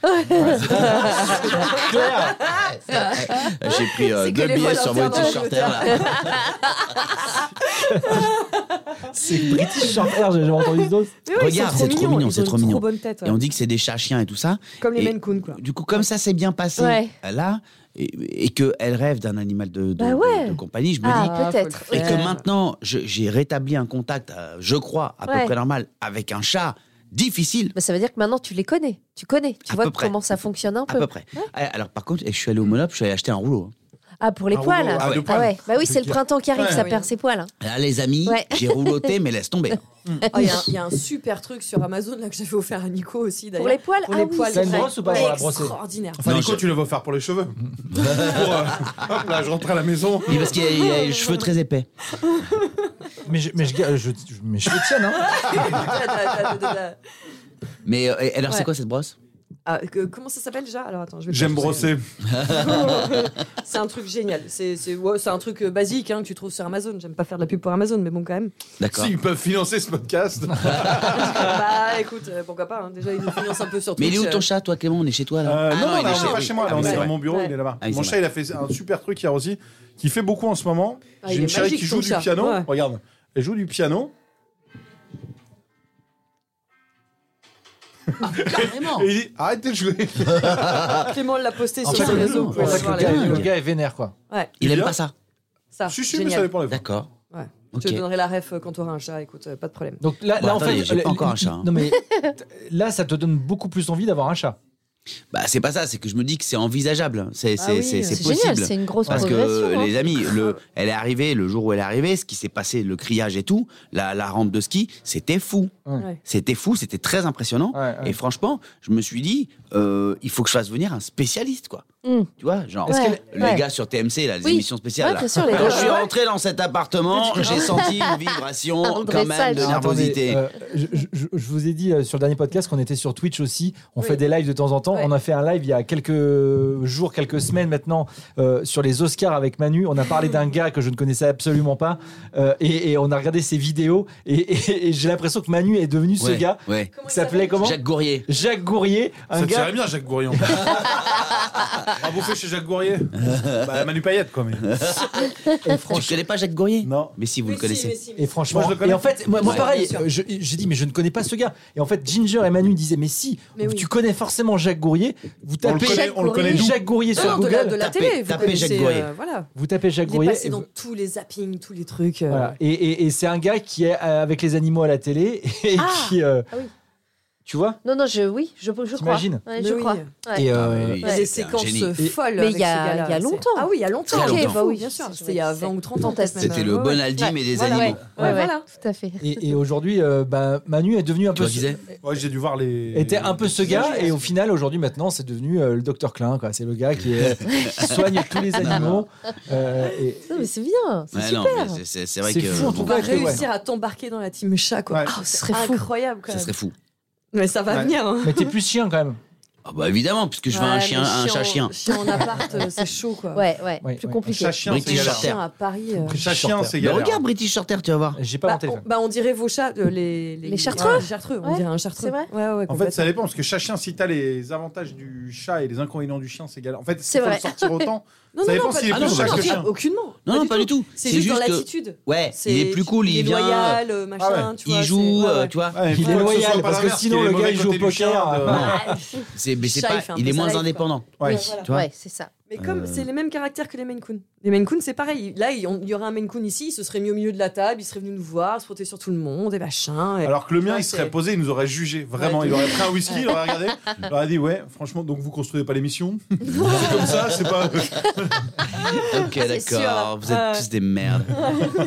J'ai pris euh, C'est que deux les billets voleurs sur perdent en British Short Hair. là. (laughs) C'est British Shorter, j'ai jamais entendu ce dos. Mais ouais, ils Regarde, sont c'est trop mignons, mignon, ils c'est ont trop une mignon. bonne tête. ouais. Et on dit que c'est des chats chiens et tout ça. Comme les Et- Maine Coon, quoi. Du coup, comme ça s'est bien passé, Ouais. euh, là, et, et que qu'elle rêve d'un animal de, de- Bah de- ouais. de compagnie, je me dis. Ah, faut le peut-être. faire. Et Ouais. que maintenant, je- j'ai rétabli un contact, euh, je crois, à Ouais. peu près normal, avec un chat difficile, Bah, ça veut dire que maintenant tu les connais, tu connais, tu À vois peu près. comment ça fonctionne un à Eh, peu. peu près. Alors, par contre, je suis allé au Monop, je suis allé acheter un rouleau. hein. Ah, pour les Un poils rouleau à Ah deux ouais. poils. Bah oui, c'est le Compliqué. printemps qui arrive, Ouais, ça oui. perd ses poils. hein. Oh, Là, les amis, Ouais. j'ai rouloté, mais laisse tomber. Ah, Il y, a un- il y a un super truc sur Amazon là que j'avais offert à Nico aussi d'ailleurs. Pour les poils Pour Ah les oui, poils, c'est une vrai. brosse ou pas pour la brosser extraordinaire. Enfin, Non, Nico, je- tu le veux faire pour les cheveux. (laughs) Pour, euh, hop là, je rentre à la maison. (laughs) Oui, parce qu'il y a- il y a les cheveux très épais. Mais je, mais je, je- je- mais je le tiens, hein. Mais euh, et alors, Ouais. c'est quoi cette brosse Ah, que- comment ça s'appelle déjà Alors attends, je vais. J'aime pas- brosser. C'est un truc génial. C'est c'est- ouais, c'est un truc euh, basique hein, que tu trouves sur Amazon. J'aime pas faire de la pub pour Amazon, mais bon quand même. D'accord. S'ils peuvent financer ce podcast. bah écoute, euh, pourquoi pas. hein. Déjà, ils nous financent un peu sur Ah. Mais Twitch. il est où ton euh. chat, toi, Clément On est chez toi, là Euh, Ah non, non, il non, est on chez- est pas chez moi, Ah, là, on oui, est c'est dans vrai. mon bureau, Ouais. il est là-bas. Ah, il mon est chat, il a fait un super truc hier aussi, qui fait beaucoup en ce moment. Ah, il J'ai est une chérie magique, qui ton joue du chat. piano. Ouais. Regarde, elle joue du piano. Carrément. Ah, (laughs) Et il dit arrêtez de jouer. Clément l'a posté sur fait, ses réseaux. non, vous pouvez en aller fait, voir le la gars, vidéo. Le gars est vénère, quoi. Ouais, Il aime bien pas ça. ça. Si, si, mais ça Ah, génial. dépend les fois. D'accord. Ouais. Ok. Je te donnerai la ref euh, quand tu auras un chat. Écoute, euh, pas de problème. Donc là, Bon, là en Bah, attendez, fait. j'ai pas le- encore un chat, hein. Non, mais t- là, ça te donne beaucoup plus envie d'avoir un chat. Bah, c'est pas ça, c'est que je me dis que c'est envisageable. C'est Ah c'est- oui, c'est- c'est C'est génial, possible. c'est une grosse Parce progression. que, hein. les amis, le, elle est arrivée, le jour où elle est arrivée, ce qui s'est passé, le criage et tout, la, la rampe de ski, c'était fou. Ouais. C'était fou, c'était très impressionnant. Ouais, ouais. Et franchement, je me suis dit, euh, il faut que je fasse venir un spécialiste, quoi. Mm. Tu vois, genre, Est-ce Ouais, les que- ouais. gars sur TMC, là, les Oui. émissions spéciales. Ouais, là. bien sûr, les Quand je suis gars. rentré dans cet appartement, j'ai senti (laughs) une vibration Un quand même dressage. de Non, nervosité. attendez, euh, je, je- je vous ai dit euh, sur le dernier podcast qu'on était sur Twitch aussi. On Oui. fait des lives de temps en temps. Ouais. On a fait un live il y a quelques jours, quelques semaines maintenant euh, sur les Oscars avec Manu. On a parlé d'un gars que je ne connaissais absolument pas euh, et, et on a regardé ses vidéos et, et- et j'ai l'impression que Manu est devenu euh, ce Ouais, gars. ouais. Comment il qui s'appelait s'appelle comment Jacques Gourrier. Jacques Gourrier, un Ça gars. tirait bien, Jacques Gourion. (laughs) à bouffer Ah, chez Jacques (laughs) Gourier. bah, Manu Payette, quand même. Tu connais pas Jacques Gourrier Non. Mais si vous Mais le si, connaissez. mais si, mais Et franchement, Moi, je le connais. et en fait, moi, moi, Ouais, pareil, bien sûr. euh, je- j'ai dit mais je ne connais pas ce gars. Et en fait, Ginger et Manu disaient mais si, Mais oui. tu connais forcément Jacques Gourrier. Vous On le tapez connaît, on le connaît nous. Jacques Gourrier si. sur Non, de Google. la, de la Tapez- télé, vous tapez connaissez, Jacques Goyer. euh, voilà. Vous tapez Jacques Il est Gourrier. passé et dans vous- tous les zappings, tous les trucs. euh, voilà. Et, et- et c'est un gars qui est euh, avec les animaux à la télé (laughs) et Ah. qui, euh, Ah oui. tu vois. Non, non, je, oui, je, je crois. T'imagines Ouais, Mais je oui. crois. Ouais. Et, euh, Ah, oui. Il y a des C'était un séquences génie. euh, Et- folles. Mais avec il y a- ce gars-là. il y a C'est- longtemps. Ah oui, il y a longtemps. Très longtemps. bah oui, Je bien sûr. me C'était il y a disais, 20 ou 30 ans. fantastique. C'était le bon Aldi, Ouais. mais des Voilà, animaux. Ouais, ouais, voilà. tout à fait. Et, et aujourd'hui, euh, bah, Manu est devenu un Tu peu. vois, ce- Gisèle Ouais, j'ai dû voir les. était un peu ce gars et au final aujourd'hui maintenant c'est devenu euh, le docteur Klein quoi c'est le gars (laughs) qui, est- qui soigne tous les animaux euh, et- Non, mais c'est bien, c'est Ouais, non, super. mais c'est- c'est c'est vrai C'est que. fou, en tout On Ouais. va Ouais. réussir à t'embarquer dans la team chat, quoi. Ouais. Oh, ce serait fou. Incroyable, quand Ça même. serait fou. Mais ça va Ouais. venir. hein. mais t'es plus chien quand même Ah bah évidemment, puisque je veux Ouais, un mais chien, un chat chien. Chien en appart, euh, c'est chaud, quoi. Ouais, ouais, Ouais, plus ouais. compliqué. Chachien, c'est British galère. Shorter. Chien à Paris. euh. Chachien, c'est Mais galère. hein. regarde British Shorter, tu vas voir. j'ai pas Bah, mon on, téléphone bah, on dirait vos chats, euh, les, Les chartreux les chartreux, on Ouais, dirait un chartreux. c'est vrai. Ouais, ouais, En fait, complètement. ça dépend parce que chacun, si t'as les avantages du chat et les inconvénients du chien, c'est galère. En fait, C'est c'est faut vrai. le (laughs) sortir autant. non, ça non, dépend non, pas- s'il Ah est non, plus non, chat non, que chien. Aucunement. Non, non, pas du tout. tout. C'est juste dans que- l'attitude. Ouais, C'est- il est plus cool, il est vient, loyal, euh, machin, tu vois, il joue, c'est- ouais, euh, ouais. tu vois. Ouais, Il faut est que ce soit loyal, pas parce que l'inverse, sinon, qu'il est le mauvais gars, il côté joue au du poker, chien, de- euh, Ah, C'est, mais c'est Chat, il pas, fait un il est peu sa moins life, indépendant. Ouais. Oui, Voilà. Tu vois ouais, c'est ça. Mais comme Euh. c'est les mêmes caractères que les Maine Coon. Les Maine Coon, c'est pareil. Là, il on- il y aurait un Maine Coon ici, il se serait mis au milieu de la table, il serait venu nous voir, se frotter sur tout le monde, et machin. et- Alors que le mien, Ouais, il c'est- serait posé, il nous aurait jugé, vraiment. Ouais, il aurait pris un whisky, il (laughs) aurait regardé, il aurait dit Ouais, franchement, donc vous construisez pas l'émission C'est comme ça, c'est pas. Ok, sûr. d'accord, vous êtes Euh. tous des merdes.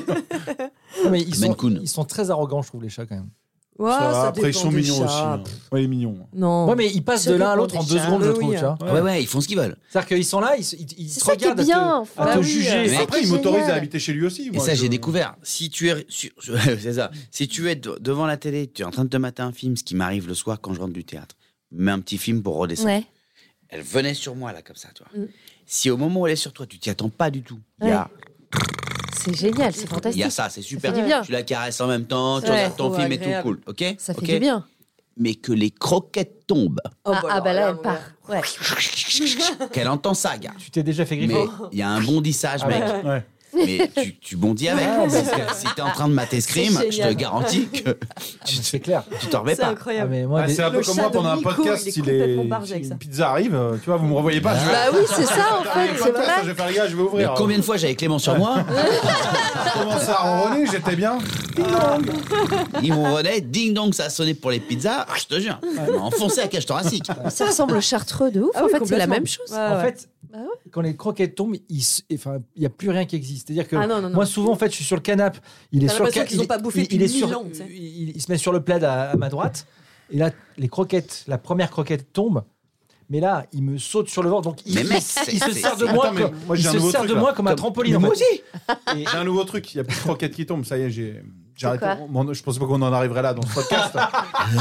Non, mais ils Maine sont, Coon. ils sont très arrogants je trouve les chats quand même Ouais, Ça va, ça après, ils dépend sont des mignons chats. aussi. hein. Ouais, il est mignon. Non. ouais mais ils passent Ça de l'un à dépend l'autre en des deux chats. secondes je Oui, trouve oui. tu vois. hein. Ouais, ouais, ils font ce qu'ils veulent. c'est-à-dire qu'ils sont là ils, se- ils, ils C'est te ça qui est regardent à te- bien, à te, enfin. Bah oui, juger euh, Mais- Après, c'est il m'autorise génial. à habiter chez lui aussi. Et moi, ça, je- j'ai découvert. Si tu es, sur- sur- (laughs) c'est ça. Si tu es de- devant la télé, tu es en train de te mater un film, ce qui m'arrive le soir quand je rentre du théâtre. Mets un petit film pour redescendre. Ouais. Elle venait sur moi là comme ça, toi. Mm. Si au moment où elle est sur toi, tu t'y attends pas du tout. Il y a, C'est génial, c'est il y a fantastique. ça, c'est super. fait du bien. Tu la caresses en même temps, tu Ouais. regardes ton Trop film et tout, agréable. cool, ok Ça fait Ok du bien. Mais que les croquettes tombent, Oh, ah, ah, alors bah là, mon elle gars. part. Ouais. qu'elle entend ça, gars. tu t'es déjà fait griffer Mais il y a un bondissage, Ah mec. (laughs) ouais. Ouais. Mais tu, tu bondis avec. Parce que si t'es en train de mater Scream, C'est je te génial. garantis que Ah, mais c'est clair tu t'en remets C'est pas. Ah, incroyable. mais moi, Ah, des- c'est un peu Le comme chat moi de pendant un Nico, podcast, il est si complètement barge les avec ça. une pizza arrive, euh, tu vois, vous me revoyez pas. Je vais Bah oui, c'est ça en (laughs) faire fait, les c'est podcasts, vrai. je vais faire les gars, je vais Mais ouvrir. hein. combien de fois j'avais Clément sur moi Comment ça, ronronner, j'étais bien. Ils me revenaient, ding dong, ça a sonné pour les pizzas. ah, Je te jure, on m'a enfoncé à cage thoracique. Ça ressemble au chartreux de ouf. Ah en oui, fait, c'est la complètement. même chose. Ouais, en ouais. fait Bah ouais. quand les croquettes tombent, il s- enfin, il n'y a plus rien qui existe. C'est-à-dire que Ah non, non, non. moi, souvent, en fait, je suis sur le canapé. Il est T'as sur le l'impression ca- qu'ils ont il- pas bouffé il- depuis il est mille sur- ans, tu sais. il, il se met sur le plaid à, à ma droite. Et là, les croquettes, la première croquette tombe. Mais là, il me saute sur le ventre. Donc, il, Mais mec, il- c'est- il se c'est- sert de c'est- moi, Attends, mais comme, moi, j'ai il un se nouveau sert truc, de là. moi comme un trampoline. en fait. J'ai un nouveau truc, il y a plus de croquettes qui tombent, ça y est, j'ai j'ai arrêté. quoi Mon- Je pensais pas qu'on en arriverait là dans ce podcast.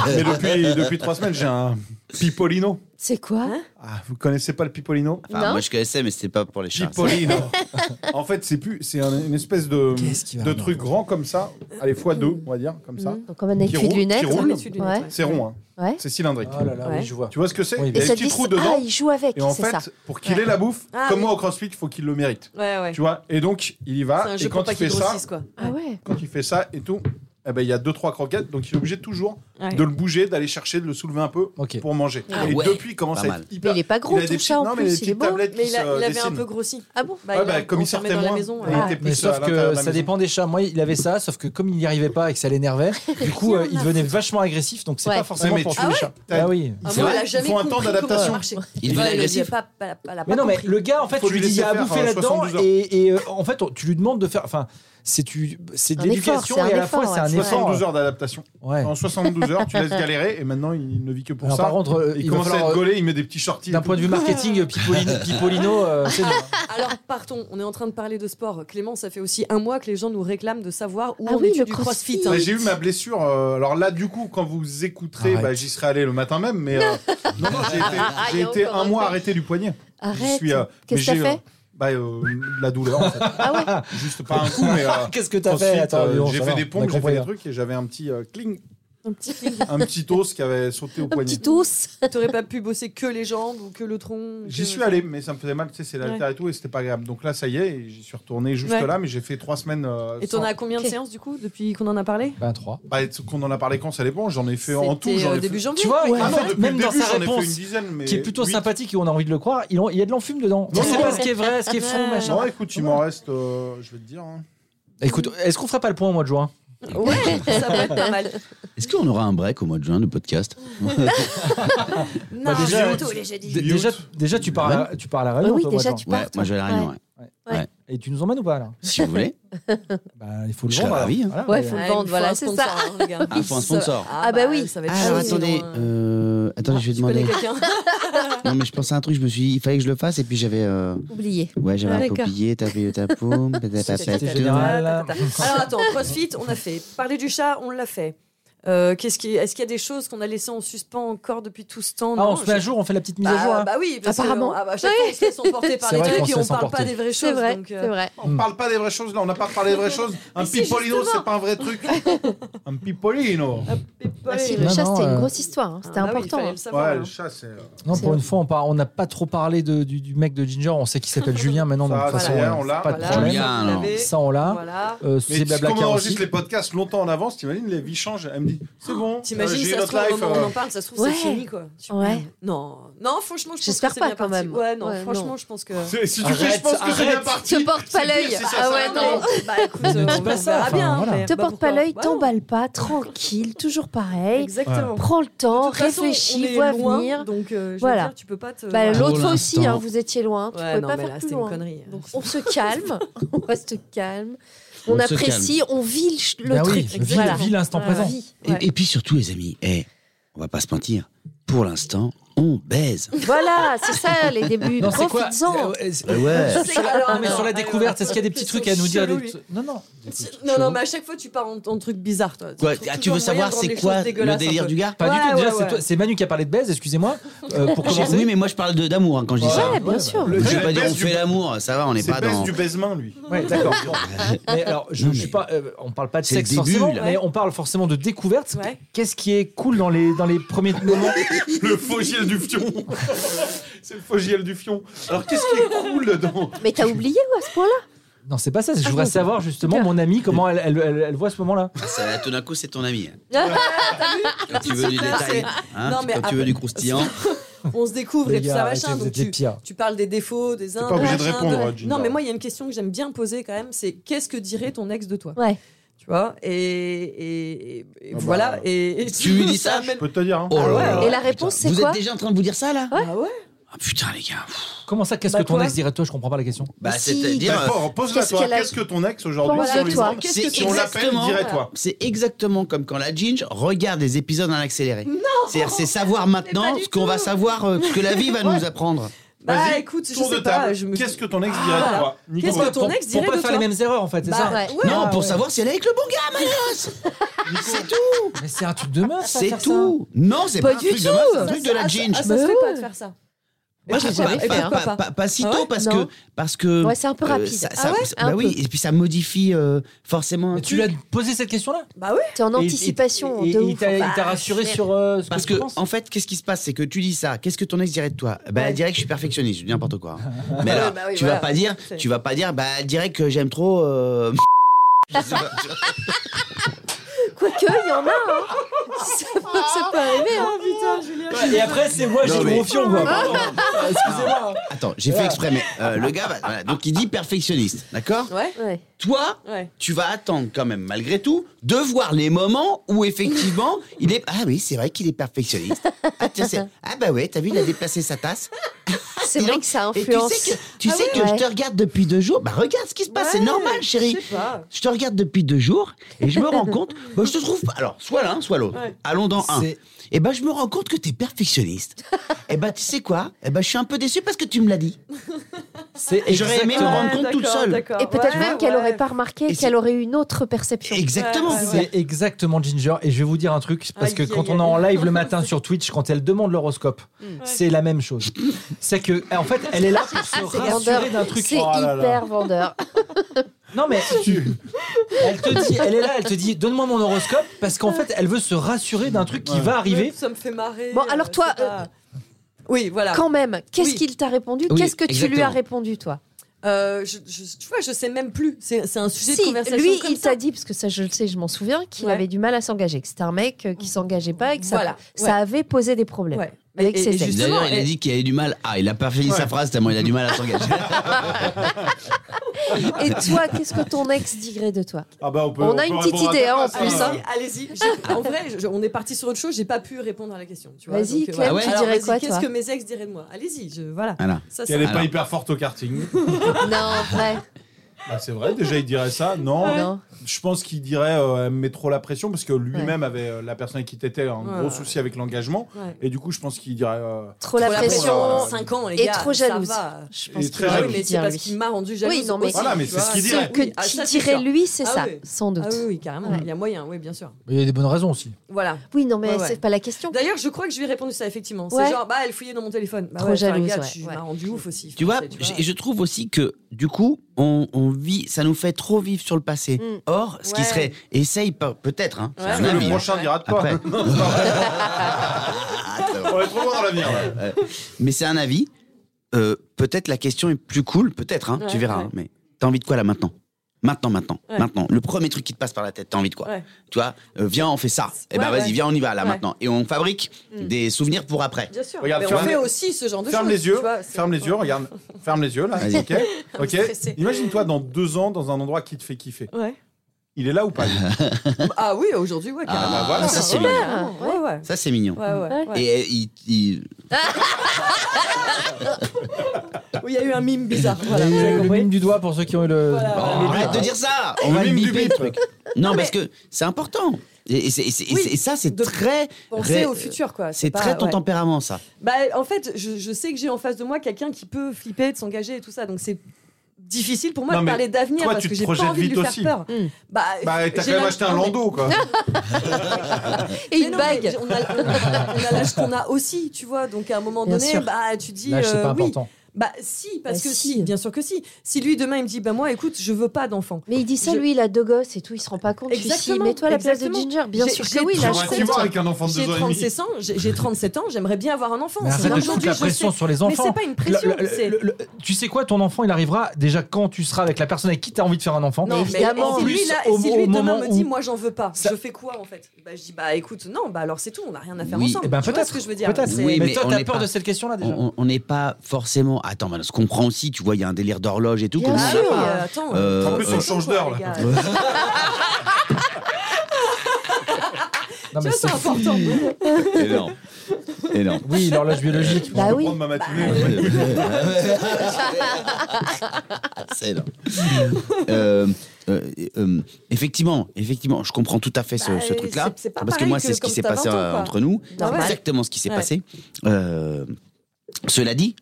Mais depuis, depuis trois semaines, j'ai un pipolino. C'est quoi Hein Ah, vous connaissez pas le pipolino Enfin, Non. moi je connaissais, mais c'était pas pour les chats. Pipolino. en fait, c'est plus, c'est un- une espèce de, Qu'est-ce qu'il va de avoir truc grand comme ça, allez fois deux, on va dire, comme ça. Mhm. Mhm. Donc comme un étui de roule, lunettes. qui roule. Un étui de lunettes, Ouais. C'est rond, hein. Ouais. c'est cylindrique. Oh là là, Ouais. oui, je vois. Tu vois ce que c'est Oui, Il y a mais- des ça petits dit- trous dedans. Ah, il joue avec, Et en c'est fait, euh, ça. pour qu'il Ouais. ait la bouffe, Ah, comme oui. moi au CrossFit, il faut qu'il le mérite. Ouais, ouais. Tu vois Et donc, il y va. C'est un et jeu quand pour pas il qu'ils fait ça, grossissent, quoi. Ah ouais. quand il fait ça et tout, eh ben, il y a deux trois croquettes, donc il est obligé toujours Ouais. de le bouger, d'aller chercher, de le soulever un peu Ok. pour manger. Ah et ouais, depuis, il commence pas à mal. être Mais hyper. il est pas gros a des tout ça petites- en non, mais plus. il a des Il est petites beau. tablettes Mais qui il, a- se il avait un dessinent. peu grossi. Ah bon Bah, Ouais, il bah, a- comme on il s'en met sortait dans la moins, maison. il ouais. était- Mais plus euh, à sauf l'intérieur de que ça la maison. dépend des chats. Moi, il avait ça, sauf que comme il n'y arrivait pas et que ça l'énervait, du coup, en euh, il a devenait vachement agressif. Donc, c'est Ouais. pas forcément Ouais, mais pour tu- tous les chats. T'as- Ah oui. Ah, C'est moi, vrai, elle a jamais il faut un temps compris comment d'adaptation. (laughs) ça marchait. Il devient Ouais, agressif. il a pas- pas- elle a Mais pas non, mais compris. le gars, en fait, Faut tu lui lui dis il y a à laisser faire, bouffer euh, là-dedans 72 heures. et, et, euh, en fait, on- tu lui demandes de faire. Enfin, c'est tu- c'est de Un effort, l'éducation c'est un et à la effort, fois, c'est un ouais. effort. 72 heures d'adaptation. Ouais. En 72 heures, (laughs) tu laisses galérer et maintenant il ne vit que pour Alors, ça. par contre, euh, il, il va commence à falloir, être euh, gaulé, il met des petits shorties. D'un et point de tout. vue marketing, euh, Pipolino, Pipolino, euh, c'est- Alors partons, on est en train de parler de sport. Clément, ça fait aussi un mois que les gens nous réclament de savoir où Ah on oui, est le du crossfit. crossfit. Ouais, hein. J'ai eu ma blessure. euh, alors là, du coup, quand vous écouterez, Arrête. bah, j'y serais allé le matin même. Mais (laughs) euh, non, non, j'ai été, j'ai Ah, Il y a été encore un un mois truc. arrêté du poignet. Je Arrête. suis, euh, mais Qu'est-ce que j'ai, t'as euh, fait bah, euh, de la douleur. en fait. Ah (laughs) Juste pas un coup, mais. euh, Qu'est-ce que t'as Ensuite, fait Attends, euh, dis donc, j'ai ça fait va, des on pompes, a j'ai fait compris, des hein. trucs et j'avais un petit euh, cling, Un (laughs) petit film. un petit os qui avait sauté au ouais. Un poignet. petit os. hein. T'aurais pas pu bosser que les jambes ou que le tronc. ou J'y que- suis allé, mais ça me faisait mal, tu sais, c'est l'altère et tout, et c'était pas agréable. Donc là, ça y est, et j'y suis retourné juste Ouais. là, mais j'ai fait trois semaines. euh, Et sans- t'en as combien de Ok. séances du coup depuis qu'on en a parlé Ben, trois. Bah, et qu'on en a parlé quand ça dépend, j'en ai fait en tout. C'était, J'en euh, ai début fait... janvier. Tu vois, Ah en non, fait, depuis même le dans début, sa j'en ai fait réponse, une dizaine, mais qui est plutôt huit. sympathique et on a envie de le croire, il en- il y a de l'enfume dedans. On Non, sait non. pas ce qui est vrai, ce qui est faux, Ouais. machin. Non, écoute, il m'en reste, euh, je vais te dire. hein. Écoute, est-ce qu'on ferait pas le point au mois de juin Ouais, ça peut être pas mal. Est-ce qu'on aura un break au mois de juin de podcast Non, Bah, déjà, surtout les jeudis. D- Youth. Déjà, déjà tu pars à la, tu pars à la Bah Ah réunion, oui, toi, au mois de déjà, juin. tu Ouais, pars. moi je vais à la réunion. Ouais. ouais. Et tu nous emmènes ou pas là Si vous voulez, Bah, il faut le Je vendre. serais ravi, hein. Voilà, Ouais, mais- faut- vendre, voilà, c'est ça. hein, Ah, faut un sponsor. Ah, bah oui. Ça va être Alors chaud, sinon, attendez, euh, euh, attendez, je vais tu connais demander. quelqu'un Non mais je pensais à un truc, je me suis dit, il fallait que je le fasse et puis j'avais, euh, Oublié. ouais, j'avais Ah, un peu d'accord. oublié, tapé ta paume, C'était général. Alors attends, CrossFit, on a fait. Parler du chat, on l'a fait. Euh, qu'est-ce qui... Est-ce qu'il y a des choses qu'on a laissées en suspens encore depuis tout ce temps Ah, on Non, se met à je- jour, on fait la petite mise bah, à jour. hein. bah oui, parce que, Apparemment. ah, bah, à chaque fois, on se laisse emporter par C'est les vrai qu'on trucs se et on laisse parle emporter. pas des vraies choses. C'est vrai. donc, euh, C'est vrai. hmm. On parle pas des vraies choses, là, on n'a pas parlé des (laughs) vraies choses. Un si, pipolino, justement. c'est pas un vrai truc. Un pipolino. Ah, si, Non, le chat, non, c'était euh, une grosse histoire. hein. C'était Ah bah oui, il important. fallait hein. le savoir, Ouais, alors. le chat, c'est. euh, Non, C'est pour une fois, on par- on n'a pas trop parlé de- du, du mec de Ginger. On sait qu'il s'appelle Julien maintenant. Donc, de Ça, toute façon, c'est- euh, on l'a. pas de Voilà, problème. Julien, vous alors. l'avez. Ça, on l'a. Voilà. Euh, Mais c'est blabla comme on Car enregistre aussi. les podcasts longtemps en avance, t'imagines, les vies changent. Elle me dit, c'est bon, euh, Oh, T'imagines, j'ai eu ça se notre trouve, au life. moment où on euh, en parle, ça se trouve, Ouais. c'est fini, quoi. Super. Ouais. Non, non, franchement, je pense J'espère que c'est pas, bien quand parti. même. Ouais, non, Ouais, franchement, non. je pense que. c'est- Si tu Arrête, fais, je pense que c'est bien arrête. parti. Te porte pas C'est l'œil. pire, c'est ça, Ah ça ouais, va non. pas. Bah écoute, Ne euh, dis on pas ça, verra enfin, bien. voilà. mais Te bah, porte pas pourquoi l'œil, Ouais, t'emballe pas, tranquille, toujours pareil. Exactement. Prends le temps, De toute façon, on réfléchis, est vois loin, venir. Donc, euh, je Voilà. veux dire, tu peux pas te. Bah, voilà. L'autre Pour fois aussi, hein, l'instant. vous étiez loin. Tu Ouais, pouvais non, pas mais faire là, plus c'était une loin. connerie. Donc, on se calme, on reste calme, On on, se apprécie, on vit le, le Bah oui, truc. vis- Voilà. vis l'instant Voilà. présent. Vie. Et, et puis surtout, les amis, eh, on va pas se mentir, pour l'instant, on baise. Voilà, c'est ça les débuts. Non, c'est quoi Profites-en. Euh, c'est- Euh, ouais. C'est- alors, Non, mais sur alors, la alors, découverte, est-ce qu'il y a des petits question trucs à nous dire chelou, des- lui. Non, non. Non, non, mais à chaque fois, tu pars en, en truc bizarre, toi. Quoi, trouves ah, tu toujours veux moyen savoir de rendre c'est les quoi choses le dégueulasses un délire peu. du gars Pas du Ouais, tout. Déjà, ouais, c'est ouais. toi- c'est Manu qui a parlé de baise, excusez-moi. Euh, Pour J'ai- Oui, commencer. mais moi je parle de- d'amour hein, quand je dis ça. Ouais, bah bien sûr. Le- Je vais pas baise dire on du- fait l'amour, ça va, on n'est C'est pas (laughs) baisse dans. du (laughs) baisement, lui. Ouais, d'accord. Bon. mais alors, je, Non, je mais- suis pas. euh, on parle pas de C'est le sexe début, forcément, là. mais on parle forcément de découverte. Ouais. Qu'est-ce qui est cool dans les dans les (laughs) premiers moments Le faux giel du (laughs) fion. c'est le faux giel du fion. Alors, qu'est-ce qui est cool dans. Mais t'as oublié ou, à ce point-là Non, c'est pas ça. Je Ah, voudrais non. savoir justement mon amie comment elle, elle, elle- elle voit ce moment-là. Ça, tout d'un coup, c'est ton ami. hein. T'as vu Quand tu veux du Super, détail, hein, Non, tu- mais quand tu après- veux du croustillant. On se découvre et Les tout gars, ça, arrêtez, machin. vous Donc, êtes les tu, pires. tu parles des défauts, des uns. pas obligé de machin, répondre, Ginger. Non, mais moi, il y a une question que j'aime bien poser quand même c'est qu'est-ce que dirait ton ex de toi Ouais. Tu vois Et, et- et Ah bah, voilà. et, et tu lui dis ça, Je peux te dire. hein. Oh là Ah ouais. là. Et la réponse, c'est Vous quoi êtes déjà en train de vous dire ça là Ah ouais Ah, putain, les gars. pff. Comment ça, qu'est-ce Bah, que ton quoi ex dirait de toi Je comprends pas la question. Bah, Mais si. c'est-à-dire. Bah, fort, pose-la qu'est-ce toi. qu'elle a- Qu'est-ce que ton ex aujourd'hui Voilà, sur lui toi. demande Qu'est-ce c'est que Si on l'appelle, exactement- dirais-toi. C'est exactement comme quand la Ginge regarde les épisodes en accéléré. C'est-à-dire, c'est savoir maintenant du ce qu'on va tout. savoir, euh, ce que la vie va nous apprendre. Bah Vas-y, écoute, je Tour de sais pas. table. je me- Qu'est-ce que ton ex dirait de Ah. toi Qu'est-ce Nico, que ton Pour- ex Pour dirait pas de faire toi les mêmes erreurs, en fait, c'est Bah, ça ouais. Ouais, non, ouais, pour ouais. savoir si elle est avec le bon gars, Manos C'est tout Mais c'est un truc de meuf, ça, C'est faire tout Non, c'est pas, Pas du un truc de tout. meuf, c'est Ah, un ça- truc de la ah, Ginge. Ça, ah, ça se Mais fait pas ouais. de faire ça. Moi, je l'ai jamais fait, hein. Pas, pas- pas- pas si Ah ouais tôt, parce, Non. que, parce que... Ouais, c'est un peu euh, rapide. ça- Ah ça- ouais bah Un oui, peu. et puis ça modifie euh, forcément un Mais tu truc. lui as posé cette question-là Bah ouais. T'es en Et- et- anticipation et- de et il ouf. t'a- Bah, il t'a rassuré c'est- sur euh, ce Parce que que, tu penses en fait, qu'est-ce qui se passe C'est que tu dis ça. Qu'est-ce que ton ex dirait de toi Bah, Ouais. elle dirait que je suis perfectionniste. Je dis n'importe (laughs) quoi. Mais Ouais, alors, bah oui, tu voilà. vas pas dire, C'est- tu vas pas dire, bah, elle dirait que j'aime trop. euh, (laughs) Quoique, il y en a. Hein. (laughs) ça, peut, ça peut arriver. Hein. Ah putain, Julien. Et après, c'est moi, j'ai Non, mais- le confiant, quoi. Pardon. Excusez-moi. hein. Attends, j'ai fait Voilà. exprès, mais euh, le gars, va- voilà, donc il dit perfectionniste, d'accord Ouais. Ouais. Toi, Ouais. tu vas attendre quand même, malgré tout, de voir les moments où (laughs) effectivement il est. Ah oui, c'est vrai qu'il est perfectionniste. Ah, tiens, c'est- ah bah ouais, t'as vu, il a déplacé sa tasse. C'est Dis vrai donc. que ça Et tu influence. sais que, tu Ah sais ouais que Ouais. je te regarde depuis deux jours. Bah regarde ce qui se passe, c'est Ouais, normal, chérie. Je sais pas. Je te regarde depuis deux jours et je me (laughs) rends compte. Bah, je te trouve pas. Alors, soit l'un, soit l'autre. Ouais. Allons dans un. C'est- Et ben, je me rends compte que t'es (laughs) perfectionniste. et ben, tu sais quoi Et ben, je suis un peu déçu parce que tu me l'as dit. C'est Et j'aurais aimé me exactement- rendre compte toute d'accord, seule. d'accord. Et peut-être Ah Ouais, même qu'elle ouais. aurait pas remarqué, Et c'est- qu'elle aurait eu une autre perception. Exactement. Ouais, ouais, ouais. C'est exactement Ginger. Et je vais vous dire un truc, parce que Ah, Aïe, quand aïe, Mm. on est en aïe. live le matin sur Twitch, quand elle demande l'horoscope, c'est la même chose. C'est que, en fait, elle est là pour se Ah, C'est rassurer d'un vendeur. truc. C'est Oh là là. hyper vendeur. Non, mais elle te dit, elle est là, elle te dit, donne-moi mon horoscope, parce qu'en fait, elle veut se rassurer d'un truc qui Ouais. va arriver. Ouais, Ça me fait marrer. Bon, alors euh, toi, c'est pas- Oui, voilà. Quand même, qu'est-ce Ah. Oui. qu'il t'a répondu Oui, Qu'est-ce que tu lui as exactement. répondu, toi Euh, je, je- tu vois, je sais même plus. C'est c'est un sujet de Si, conversation. lui, comme il ça. t'a dit, parce que ça, je le sais, je m'en souviens, qu'il Ouais. avait du mal à s'engager, que c'était un mec euh, qui s'engageait pas et que ça, Voilà, ça ouais. avait posé des problèmes. Ouais. Avec Et- et ses ex. justement, D'ailleurs, il a et- dit qu'il avait du mal. Ah, il a pas fini Ouais. sa phrase tellement il a du mal (laughs) à s'engager. Et toi, qu'est-ce que ton ex dirait de toi Ah bah, on peut- On a peut une petite répondre à Ah, idée, ta hein, en place, plus, Allez-y, hein. Ah, allez-y. J'ai- En vrai, je- on est parti sur autre chose. J'ai pas pu répondre à la question. tu vois. Vas-y, Donc, euh, Clem, voilà. tu Alors, dirais vas-y, quoi, toi Qu'est-ce que mes ex diraient de moi Allez-y, je, voilà. Voilà. Ça, Qu'elle Ah. est ça- pas Alors. hyper forte au karting. Non, vrai. Bah, c'est vrai, déjà il dirait ça. Non, Ah Non. je pense qu'il dirait euh, elle me met trop la pression parce que lui-même avait euh, la personne avec qui t'étais un Ouais. gros souci avec l'engagement. Ouais. Et du coup, je pense qu'il dirait. euh, Trop la Pour pression. pression. 5 ans, les Et gars. trop ça jalouse. va. Je Et pense très qu'il va Ah oui, jalouse. lui mais c'est dire, parce lui. qu'il m'a rendu jalouse. Oui, non, mais aussi, Voilà, mais tu c'est ce vois. qu'il dit. hein. Ce dirait. que Oui, ah, ça, tu c'est dirais, sûr. lui, c'est Ah ça, oui. sans doute. Ah oui, oui, carrément. Ouais. Il y a moyen, oui, bien sûr. Il y a des bonnes raisons aussi. Voilà. Oui, non, mais Ouais, ouais. c'est pas la question. D'ailleurs, je crois que je lui ai répondu ça, effectivement. Ouais. C'est genre, bah, elle fouillait dans mon téléphone. Bah, Trop ouais, enfin, jalouse, gars, ouais, Tu ouais. m'as rendu ouf aussi. Tu vois, Enfin, je- je trouve aussi que du coup, on, on vit, ça nous fait trop vivre sur le passé. Mm. Or, ce qui Ouais. serait, essaye pas- peut-être, hein, c'est Ouais. un que avis, le hein. prochain dira de toi. Après. (laughs) Non, c'est pas vrai. (laughs) on est trop loin dans l'avenir. là. mais c'est un avis. Euh, peut-être la question est plus cool, peut-être, hein, Ouais, tu verras. ouais. hein, mais t'as envie de quoi là maintenant Maintenant, maintenant, Ouais. maintenant. Le premier truc qui te passe par la tête, t'as envie de quoi Ouais. Tu vois, euh, viens, on fait ça. Eh ben Ouais, vas-y, ouais. viens, on y va là Ouais. Mm. maintenant. Et on fabrique des souvenirs pour après. Bien sûr. Regarde, mais on ferme- fait aussi ce genre de Ferme choses. les yeux, tu vois, c'est- ferme les yeux, regarde. Ferme les yeux là, Vas-y. (laughs) ok Ok. Stressé. Imagine-toi dans deux ans dans un endroit qui te fait kiffer. Ouais. Il est là ou pas (laughs) lui Ah oui, aujourd'hui, ouais, carrément. bah voilà. ça c'est Ouais, mignon. carrément, Ouais, ouais. Ça c'est mignon. Ouais, ouais, ouais. Et euh, il- il- Oui, Il y a eu un mime bizarre. Voilà, vous avez Le compris. mime du doigt pour ceux qui ont eu le. Ah, Voilà, Oh, voilà. arrête de dire ça On Le va mime du biper le bip. truc. Non, parce que c'est important. Et, et c'est- et c'est- et Oui, c'est- et ça, c'est de très. Penser ré- au futur, quoi. C'est pas- très ton ouais. tempérament, ça. Bah, en fait, je, je sais que j'ai en face de moi quelqu'un qui peut flipper, de s'engager et tout ça. Donc c'est difficile pour moi Non, de mais parler d'avenir toi, parce tu que te j'ai pas projettes envie de lui vite faire aussi. peur. Mm. Bah, Bah, t'as j'ai quand même l'âge acheté qu'on un est. landau quoi. Et Mais une non, bague. mais On a, on a- on a l'âge qu'on a aussi, tu vois. Donc à un moment Bien donné, sûr. bah tu dis Là, c'est pas euh, oui. important. Bah si, parce Bah, que si. si. bien sûr que si. Si lui demain il me dit bah moi écoute, je veux pas d'enfant. Mais il dit ça, Je- lui, il a deux gosses et tout, il se rend pas compte. Je suis si, Exactement, mets-toi à la place de exactement. Ginger. Bien J'ai- sûr j'ai que oui, là, trop je J'aurais sais. tu mort avec un enfant de J'ai deux ans et demi. 37 ans, j'ai j'ai 37 ans, j'aimerais bien avoir un enfant. Mais C'est arrête de foutre aujourd'hui, la je pression sais. sur les Mais enfants. c'est pas une pression, Le- le- c'est- le- le- tu sais quoi, ton enfant, il arrivera déjà quand tu seras avec la personne avec qui tu as envie de faire un enfant. Non, Non, mais évidemment. et si lui, Plus là, et au- si au lui demain moment me dit où- moi j'en veux pas, Ça- je fais quoi en fait bah, Je dis bah écoute, non, bah alors c'est tout, on n'a rien à faire Oui, ensemble. Eh ben, Tu vois peut-être. ce que je veux dire peut-être. C'est- Oui, mais, mais toi, on t'as est peur pas- de cette question-là déjà. On on n'est pas forcément. Attends, Manos, comprends aussi, tu vois, il y a un délire d'horloge et tout. Bien qu'on Bah Ah, n'a sûr. oui, pas. euh, attends, Euh, En plus, on euh, change d'heure, les là. gars. Non, Tu vois, mais c'est c'est important. Énorme. Énorme. Oui, l'horloge biologique. Ah Je Bah peux oui. prendre ma matinée. (laughs) C'est énorme. Euh, euh, euh, effectivement, effectivement, je comprends tout à fait ce, Bah, ce truc-là. c'est- c'est pas Parce que pareil moi, que c'est ce qui quand s'est t'as passé 20 ans, euh, quoi. entre nous. Normal. C'est exactement ce qui s'est Ouais. passé. Euh, cela dit,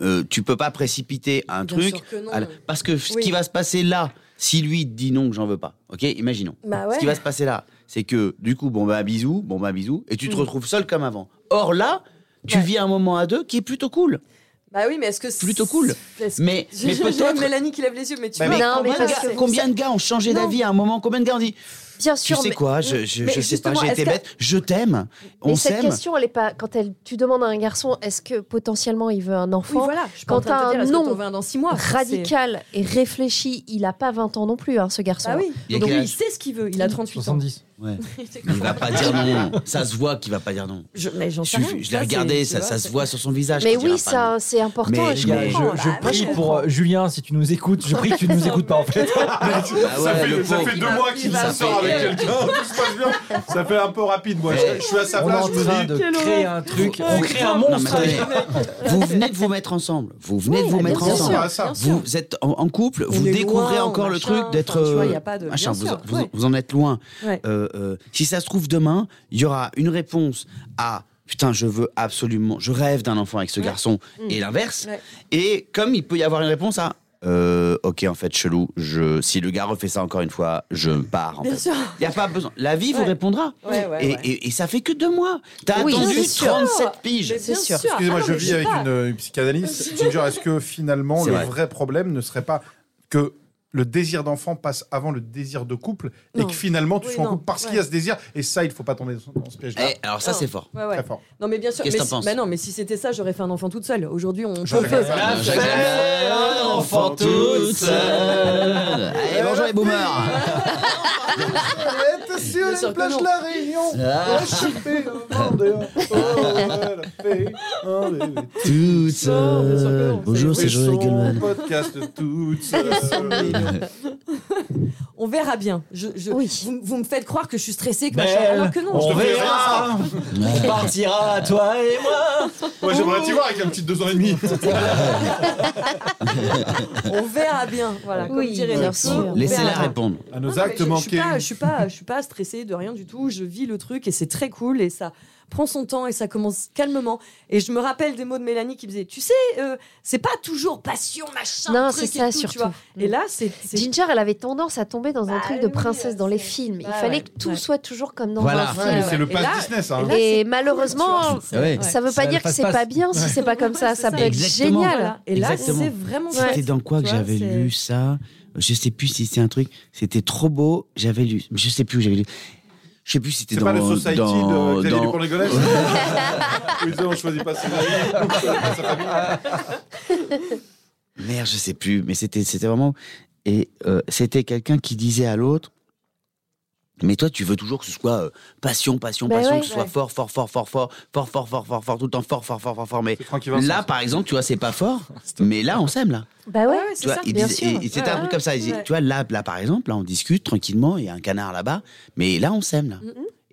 euh, tu peux pas précipiter un Bien truc. sûr que non. à la- Parce que ce Oui. qui va se passer là, si lui dit non que j'en veux pas, ok, imaginons. Bah Ce ouais. qui va se passer là, c'est que du coup, bon bah bisous, bon bah bisous, et tu te Mm. retrouves seul comme avant. Or là, tu Ouais. vis un moment à deux qui est plutôt cool. Bah oui, mais est-ce que c'est- Plutôt cool. est-ce que- Mais, Je- mais je- j'aime peut-être Mélanie qui lève les yeux, mais tu Bah, vois, mais Non, mais combien de parce gars- que- Combien de gars ont changé Non. d'avis à un moment Combien de gars ont dit Bien Tu sûr, sais mais- quoi, je, je, mais je sais pas, justement, j'ai est-ce été que- bête, je t'aime, on Mais cette s'aime. question, elle est pas. Quand elle, tu demandes à un garçon, est-ce que potentiellement il veut un Oui, enfant voilà. Je suis Quand en train de te t'as dire, un est-ce que nom t'en veux un dans six mois Radical et réfléchi, il a pas 20 ans non plus, hein, ce garçon. C'est- Bah oui. Il y a Donc quel lui, il âge sait ce qu'il veut. Il a 38 (laughs) ans. 70. Il va pas dire non, ça se voit qu'il va pas dire non. Je, mais j'en Je, sais rien. je l'ai Ça, regardé, c'est- ça, tu ça vois, se voit sur son visage. Mais qu'il dira oui, pas ça, non. c'est important. Mais- et je Les gars, mais je, comprends, je bah, prie moi, je pour euh, Julien, si tu nous écoutes, je prie que tu nous écoutes pas en fait. Ah ouais, ça, fait, le ça pauvre. fait deux mois qu'il il va- sort avec quelqu'un, tout se passe bien. Ça fait un peu rapide, moi. Je, je suis à sa On est place, en je me train dis. de Quelle créer horreur. un truc. Vous- On crée un Euh, (laughs) Non, mais monstre. attendez. Vous venez de vous mettre ensemble. Vous venez de Oui, vous bien mettre sûr. ensemble. à ça. bien sûr. Vous êtes en, en couple, On vous est découvrez loin, encore le machin, truc d'être. enfin, tu vois, euh, y a pas de- machin, bien vous, sûr, vous- ouais. vous en êtes loin. Ouais. Euh, euh, si ça se trouve demain, il y aura une réponse à putain, je veux absolument, je rêve d'un enfant avec ce garçon et l'inverse. Mm. Ouais. Et comme il peut y avoir une réponse à euh, ok, en fait, chelou, je, si le gars refait ça encore une fois, je pars. en Bien fait. sûr. Il n'y a pas besoin. La vie vous Ouais. répondra. Ouais, ouais, et, ouais. et- et ça fait que deux mois. T'as Oui, attendu c'est sûr. 37 piges. Mais bien sûr. sûr. Excusez-moi, Ah non, je mais vis sais avec pas. une, euh, une psychanalyste. Ginger, est-ce que finalement, C'est le vrai. vrai. problème ne serait pas que le désir d'enfant passe avant le désir de couple et Non. que finalement, tu Oui, sois en non. couple parce qu'il y a ce désir Et ça, il faut pas tomber dans dans ce piège-là. Eh, alors ça, Non. c'est fort. Ouais, ouais. (laughs) Très fort. Non, mais bien sûr. Qu'est-ce mais que t'en si- penses Bah non, mais si c'était ça, j'aurais fait un enfant toute seule. Aujourd'hui, on. J'aurais fait un J'ai un enfant toute seule. Allez, bonjour les boomers. Eh, Attention, Bien sûr que non. La Réunion Oh, Ah. Échappée au Vendéen. Oh, elle a fait un bébé. Toute Non, bien sûr que seule. non. Bonjour, c'est Et Joël son Goldman. podcast (laughs) toute seule. On verra bien. Je, je- Oui. vous, vous me faites croire que je suis stressée, que machin, Belle, alors que non. on je te fais rien. verra, on partira, toi et moi. Moi, j'aimerais t'y voir avec un petit deux ans et demi. On verra bien. Voilà. Oui, comme dirait bien Nico, sûr. on verra Laissez-la bien. répondre. À Non, nos non, mais actes je- manqués. Je suis pas, je suis pas, je suis pas stressée de rien du tout. Je vis le truc et c'est très cool et ça prend son temps et ça commence calmement. Et je me rappelle des mots de Mélanie qui me disait, tu sais, euh, c'est pas toujours passion machin. Non, truc c'est et ça, tout, tu surtout. vois. Et Mm. là, c'est. c'est- Ginger, elle avait tendance à tomber dans un Bah, truc de oui, princesse dans les c'est- films. Il bah, fallait ouais, que tout ouais. soit toujours comme dans Voilà. un Ouais, film. mais Ouais, c'est ouais. le Et pass là- Disney, ça. hein. et là, Et c'est malheureusement, cool, tu vois. Ouais. Ouais. Ça veut Ça pas la dire que c'est passe-passe. pas bien si c'est pas comme ça. C'est Ça ça. peut être Exactement. génial. Voilà. Et là, Exactement. c'est vraiment C'était chouette. dans quoi que Tu vois, j'avais c'est- lu ça Je sais plus si c'est un truc. C'était trop beau. J'avais lu. Je sais plus où j'avais lu. Je sais plus si c'était C'est dans. pas le Society dans, de Xavier dans- Dupont-Ligonnès (laughs) Où ils disent, on choisit pas ses amis. Merde, je sais plus. Mais c'était, c'était vraiment. Et euh, c'était quelqu'un qui disait à l'autre. Mais toi, tu veux toujours que ce soit euh, passion, passion, Ben passion, ouais. que ce soit Ouais. fort, fort, fort, fort, fort, fort, fort, fort, fort, fort, tout le temps fort, fort, fort, fort, fort. Mais C'est Francky Vincent. là, par exemple, tu vois, c'est pas (laughs) fort. Mais là, on s'aime là. Bah ouais. Ouais, ouais, c'est Tu vois, ça. il bien disait- sûr. et- et c'était un Ouais, truc comme ça. Il disait, ouais. Tu vois, là, là, par exemple, là, on discute tranquillement, il y a un canard là-bas, mais là, on s'aime, là.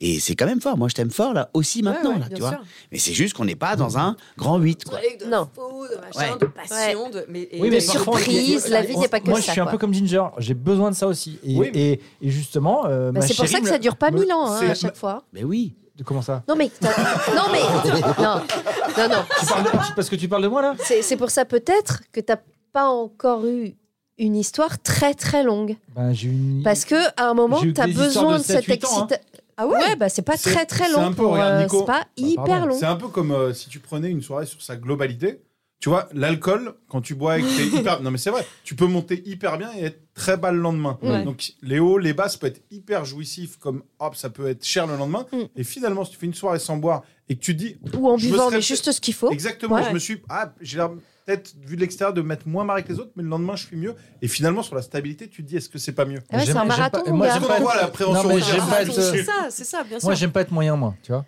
Et c'est quand même fort. Moi, je t'aime fort, là, aussi maintenant, Mm-hmm. ouais, là, bien tu vois. sûr. Mais c'est juste qu'on n'est pas dans un grand 8, quoi. Avec de Non. faux, de machin, Ouais. de passion, de. Mais, et- mais Oui, mais de par contre, surprise, la vie n'est pas que moi, ça, je suis un quoi. peu comme Ginger, j'ai besoin de ça aussi. Et, Oui, mais- et, et justement, euh, Bah, ma c'est pour chérie ça que me- ça dure pas me- mille ans hein, c'est- à chaque fois. Mais oui. Comment ça Non mais t'as- non mais (laughs) non non non. Tu parles de- Parce que tu parles de moi là C'est c'est pour ça peut-être que t'as pas encore eu une histoire très très longue Ben, j'ai une. parce que à un moment J'ai eu t'as des histoires besoin de de cette sept, huit ans, hein. excitation. Ah ouais, bah c'est pas C'est- très très c'est long. un peu, pour, regarde, euh, Nico. c'est pas hyper pardon. long. C'est un peu comme euh, si tu prenais une soirée sur sa globalité. Tu vois, l'alcool, quand tu bois et que t'es hyper. Non, mais c'est vrai, tu peux monter hyper bien et être très bas le lendemain. Ouais. Donc, les hauts, les bas, ça peut être hyper jouissif, comme hop, ça peut être cher le lendemain. Mm. Et finalement, si tu fais une soirée sans boire et que tu dis Ou en Je me buvant serais mais fait- juste ce qu'il faut. exactement, Ouais. je me suis. Ah, j'ai l'air peut-être, vu de l'extérieur, de mettre moins marre que les autres, mais le lendemain, je suis mieux. Et finalement, sur la stabilité, tu te dis est-ce que c'est pas mieux Ah ouais, c'est J'aime- un j'aime marathon pas- mon moi, gars. Est-ce j'aime qu'on pas envoie être- la prévention Non, mais aux j'aime gens pas Ah, C'est être- ça, c'est ça, bien sûr. Moi, j'aime pas être moyen, moi, tu vois.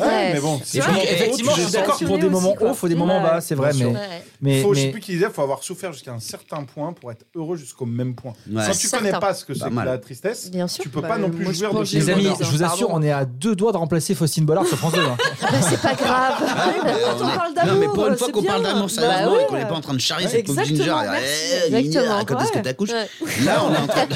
Ouais, mais bon, Tu vois, vraiment effectivement, haut, tu je suis descends. d'accord tu pour des l'es aussi, moments quoi. hauts, faut des moments Ouais. bas, c'est vrai, Bien mais. sûr. Ouais. mais- Faut, je sais mais- plus qui disait, faut avoir souffert jusqu'à un certain point pour être heureux jusqu'au même point. Ouais. Quand tu Certain. connais pas ce que Pas c'est que mal. la tristesse, Bien sûr. tu peux Bah, pas non moi, plus je jouir de pense que tes Les j'ai amis, bonheurs. je vous assure, on est à deux doigts de remplacer Faustine Bollard sur France 2. (laughs) hein. Bah, c'est (laughs) pas grave. Quand on parle d'amour, Non, mais pour une euh, fois c'est qu'on bien. parle d'amour Bah sérieusement ouais. et qu'on n'est pas en train de charrier cette pauvre Exactement, Ginger. merci. eh, eh, Exactement, Quand est-ce que ouais. t'accouches Ouais. Là, on est en train de.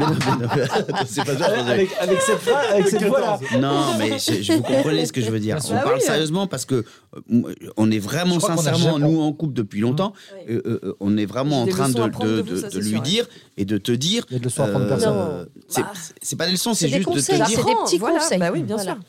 Mais (laughs) non, mais non, mais- c'est pas ça, je pensais. Avec, avec cette phrase, avec cette voix-là. Non, mais je, je- vous comprenez ce que je veux dire. Bien sûr. On Bah parle oui. sérieusement parce que euh, moi, on est vraiment Je crois qu'on a sincèrement, jamais- nous en couple depuis longtemps, Mmh. Ouais. euh, euh, euh, on est vraiment en J'ai des train de, leçons à prendre de- de vous, de- ça, de c'est lui sûr, ouais. dire et de te dire. euh, Il y a de leçons à prendre personne. Non. c'est- Bah. c'est pas des leçons, c'est C'est des juste de te conseils, dire. c'est des petits Voilà, conseils. Bah oui, bien Voilà. sûr.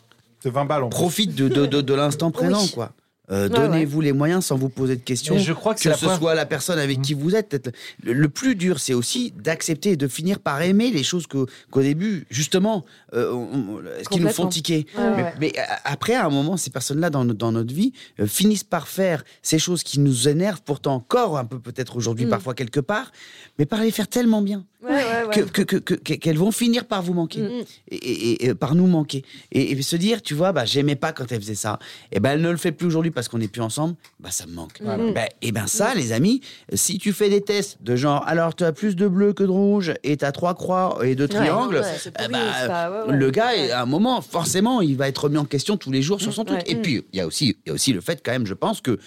C'est 20 balles en plus. Profite de, de, de, de l'instant présent, quoi. Euh, Ouais, Donnez-vous les moyens sans vous poser de questions. Mais je crois que que, c'est la ce première- Mmh. soit la personne avec qui vous êtes. peut-être. Le, le plus dur, c'est aussi d'accepter et de finir par aimer les choses que- qu'au début, justement, euh, on- on- ce qui nous font Complètement. tiquer. Ouais, ouais, mais, ouais. mais, euh, après, à un moment, ces personnes-là dans, no- dans notre vie euh, finissent par faire ces choses qui nous énervent, pourtant encore un peu peut-être aujourd'hui, Mm. Mmh. parfois quelque part, mais par les faire tellement bien Ouais, ouais, ouais. que- que- que- que- que- qu'elles vont finir par vous manquer Mm. et, et- et, euh, par nous manquer et, et se dire tu vois bah j'aimais pas quand elle faisait ça et ben elle ne le fait plus aujourd'hui parce qu'on n'est plus ensemble bah ça me manque Voilà. Mm. Ben, et ben ça les amis si tu fais des tests de genre alors tu as plus de bleu que de rouge et tu as trois croix et deux triangles ouais, c'est eh pourri, ben, c'est pas- ouais, ouais. le gars à un moment forcément il va être remis en question tous les jours sur son ouais. mm. truc et puis il y a aussi il y a aussi le fait quand même je pense que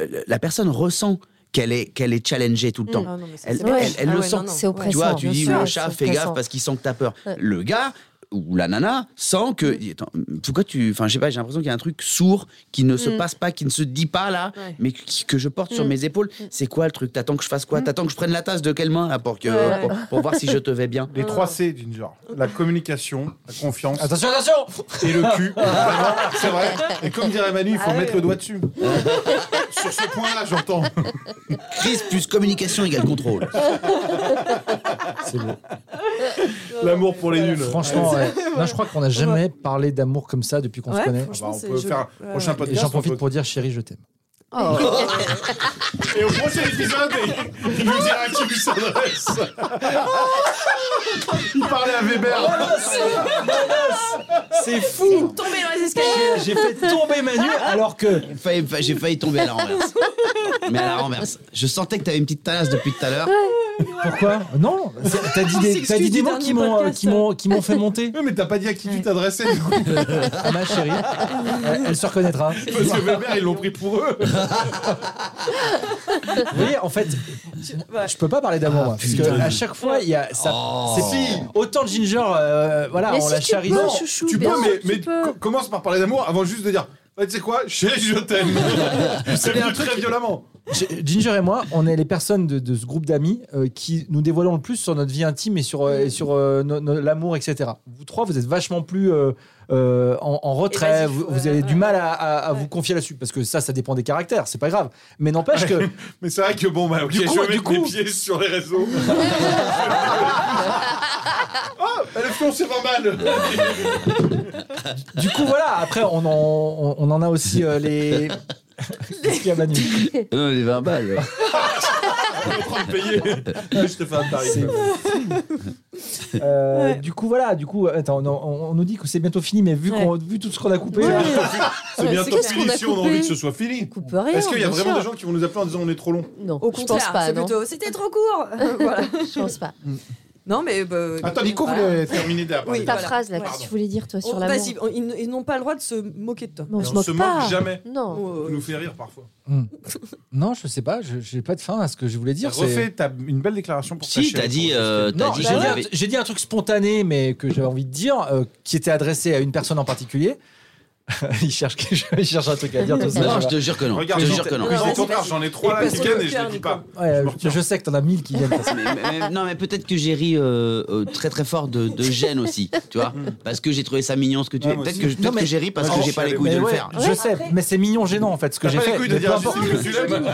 euh, la personne ressent qu'elle est qu'elle est challengée tout le temps Ah non, mais ça, Elle- c'est vrai. elle- elle le Ah sent, non, non. c'est oppressant. tu vois, tu bien dis sûr, le ouais, chat, c'est fais oppressant. gaffe parce qu'il sent que t'as peur. Ouais. Mm. Le gars ou la nana sent que Attends, pourquoi tu enfin je sais pas j'ai l'impression qu'il y a un truc sourd qui ne Mm. se passe pas qui ne se dit pas là Ouais. mais qui- que je porte sur mes épaules Mm. c'est quoi le truc t'attends que je fasse quoi t'attends que je prenne la tasse de quelle main là pour que Ouais. pour, pour voir si je te vais (laughs) bien Les 3 C, Ginger. La communication, la confiance Attention, attention et le (laughs) cul. Vraiment, c'est vrai. Et comme dirait Manu, il faut Ah ouais. Euh, mettre le doigt dessus. Sur ce point-là, j'entends. crise plus communication égale (laughs) contrôle L'amour pour les nuls. Ah, Franchement, ouais. Non, je crois qu'on n'a jamais parlé d'amour comme ça depuis qu'on Ouais, se connaît. Ah franchement, bah, on c'est peut joli. faire un Ouais, prochain ouais. Et podcast. j'en on profite peut- pour dire, chérie, je t'aime. Et au prochain épisode, il nous dira à qui il s'adresse. (laughs) Il parlait à Weber. C'est fou Tomber dans les escaliers. J'ai fait tomber Manu alors que. J'ai failli- j'ai failli tomber à la (laughs) renverse mais à la renverse je sentais que t'avais une petite talasse depuis tout à l'heure Pourquoi Non c'est- T'as (laughs) dit des, t'as dit des mots qui m'ont, euh, qui, m'ont, qui m'ont fait monter. Oui, mais t'as pas dit à qui tu t'adressais, du coup. (laughs) Ah, ma chérie, elle, elle se reconnaîtra. Parce que Weber, ils l'ont pris pour eux. Vous voyez, en fait, ouais. je peux pas parler d'amour, moi, parce que à chaque fois, il y a. Ça, c'est si Autant Ginger, euh, voilà, Mais on si la tu charrie. peux, Non, chouchou, Tu bien peux, sûr, mais, tu mais peux. co- commence par parler d'amour avant juste de dire Ah, Tu sais quoi Je sais, je (laughs) t'aime. (laughs) C'est venu très violemment. G- Ginger et moi, on est les personnes de, de ce groupe d'amis euh, qui nous dévoilons le plus sur notre vie intime et sur, euh, et sur euh, no- no- l'amour, etc. Vous trois, vous êtes vachement plus euh, euh, en, en retrait. Évasif, Vous, ouais, vous avez ouais, du ouais. mal à, à- à vous confier là-dessus parce que ça, ça dépend des caractères. C'est pas grave. Mais Ah, n'empêche que Mais c'est vrai que bon, bah, ok, Du coup, je vais du mettre coup- mes pieds sur (laughs) les réseaux. Ah, le fion, c'est pas mal. du coup, voilà. Après, on en, on, on en a aussi euh, les. Qu'est-ce qu'il y (laughs) a, Manu non les 20 balles Je suis en train de payer. Ah, Je te fais un tarif. Euh, Du coup, voilà. Du coup, attends, on, on- on nous dit que c'est bientôt fini, mais vu, Ouais. qu'on, vu tout ce qu'on a coupé. Ouais. C'est bientôt Qu'est-ce fini qu'on a si on a coupé envie que ce soit fini. coupe rien. Est-ce qu'il y a bien vraiment sûr. des gens qui vont nous appeler en disant on est trop long Non, je Au pense contraire, pas. c'est Non, plutôt. C'était trop (laughs) court. Voilà. je pense pas. Non, mais. bah, Attends, Nico voilà. voulait terminer derrière. Oui, pardon. Ta voilà. phrase là, Ouais. qu'est-ce que tu voulais dire toi sur Oh, l'amour Vas-y, on- ils n- ils n'ont pas le droit de se moquer de toi. Mais on, Et se On moque se pas. moque jamais. Non. Tu Oh, nous fait rire parfois. Non, je sais pas. Je, j'ai pas de fin à ce que je voulais dire. c'est- Refais ta- une belle déclaration pour ta si chérie, t'as dit pour- euh, t'as Non, dit j'ai qu'il dit, y un- avait- j'ai dit un truc spontané, mais que j'avais envie de dire, euh, qui était adressé à une personne en particulier. (laughs) il, cherche, (laughs) quelque chose- il cherche un truc à dire, tout ça. non je, je te jure que non Regarde, je te j'en- jure que non plus Non, au vas-y, contraire, vas-y. j'en ai trois Et là qui passe-le au viennent et je cœur, les dis Nico. pas. ouais, me je- retiens. euh, je sais que t'en as mille qui viennent. parce que- Mais- mais- non, mais peut-être que j'ai ri euh, euh, très très fort de, de gêne aussi, tu vois, parce que j'ai trouvé ça mignon ce que tu Ouais, fais. moi Peut-être aussi. que, je- peut-être Non, mais- que j'ai ri parce Ah, que bon, j'ai pas je les suis couilles de Mais le ouais, faire. je sais, mais c'est mignon gênant en fait ce que T'as j'ai pas les fait. couilles de mais peu dire importe. juste que tu l'aimes.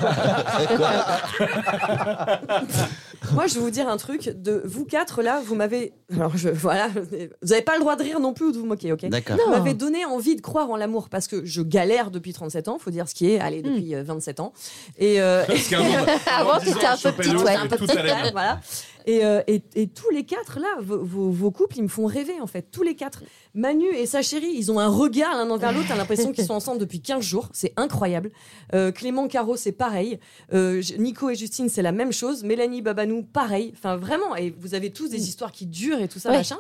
Moi, je vais vous dire un truc. De vous quatre là, vous m'avez. Alors, je voilà. Vous n'avez pas le droit de rire non plus ou de vous moquer, ok D'accord. Vous m'avez donné envie de croire en l'amour parce que je galère depuis 37 ans, faut dire ce qui est, allez, depuis euh, 27 ans. Et, euh, Parce qu'avant, (laughs) Avant, dix ans, t'étais un je peu chopais petite, l'eau, ouais. c'était tout (laughs) à l'aise. voilà. Et, euh, et- et tous les quatre, là, vos, vos- vos couples, ils me font rêver, en fait. Tous les quatre. Manu et sa chérie, ils ont un regard l'un envers l'autre. T'as l'impression qu'ils sont ensemble depuis 15 jours. C'est incroyable. Euh, Clément Caro, c'est pareil. Euh, J- Nico et Justine, c'est la même chose. Mélanie Babanou, pareil. Enfin, vraiment. Et vous avez tous des histoires qui durent et tout ça, Mm. Ouais. machin.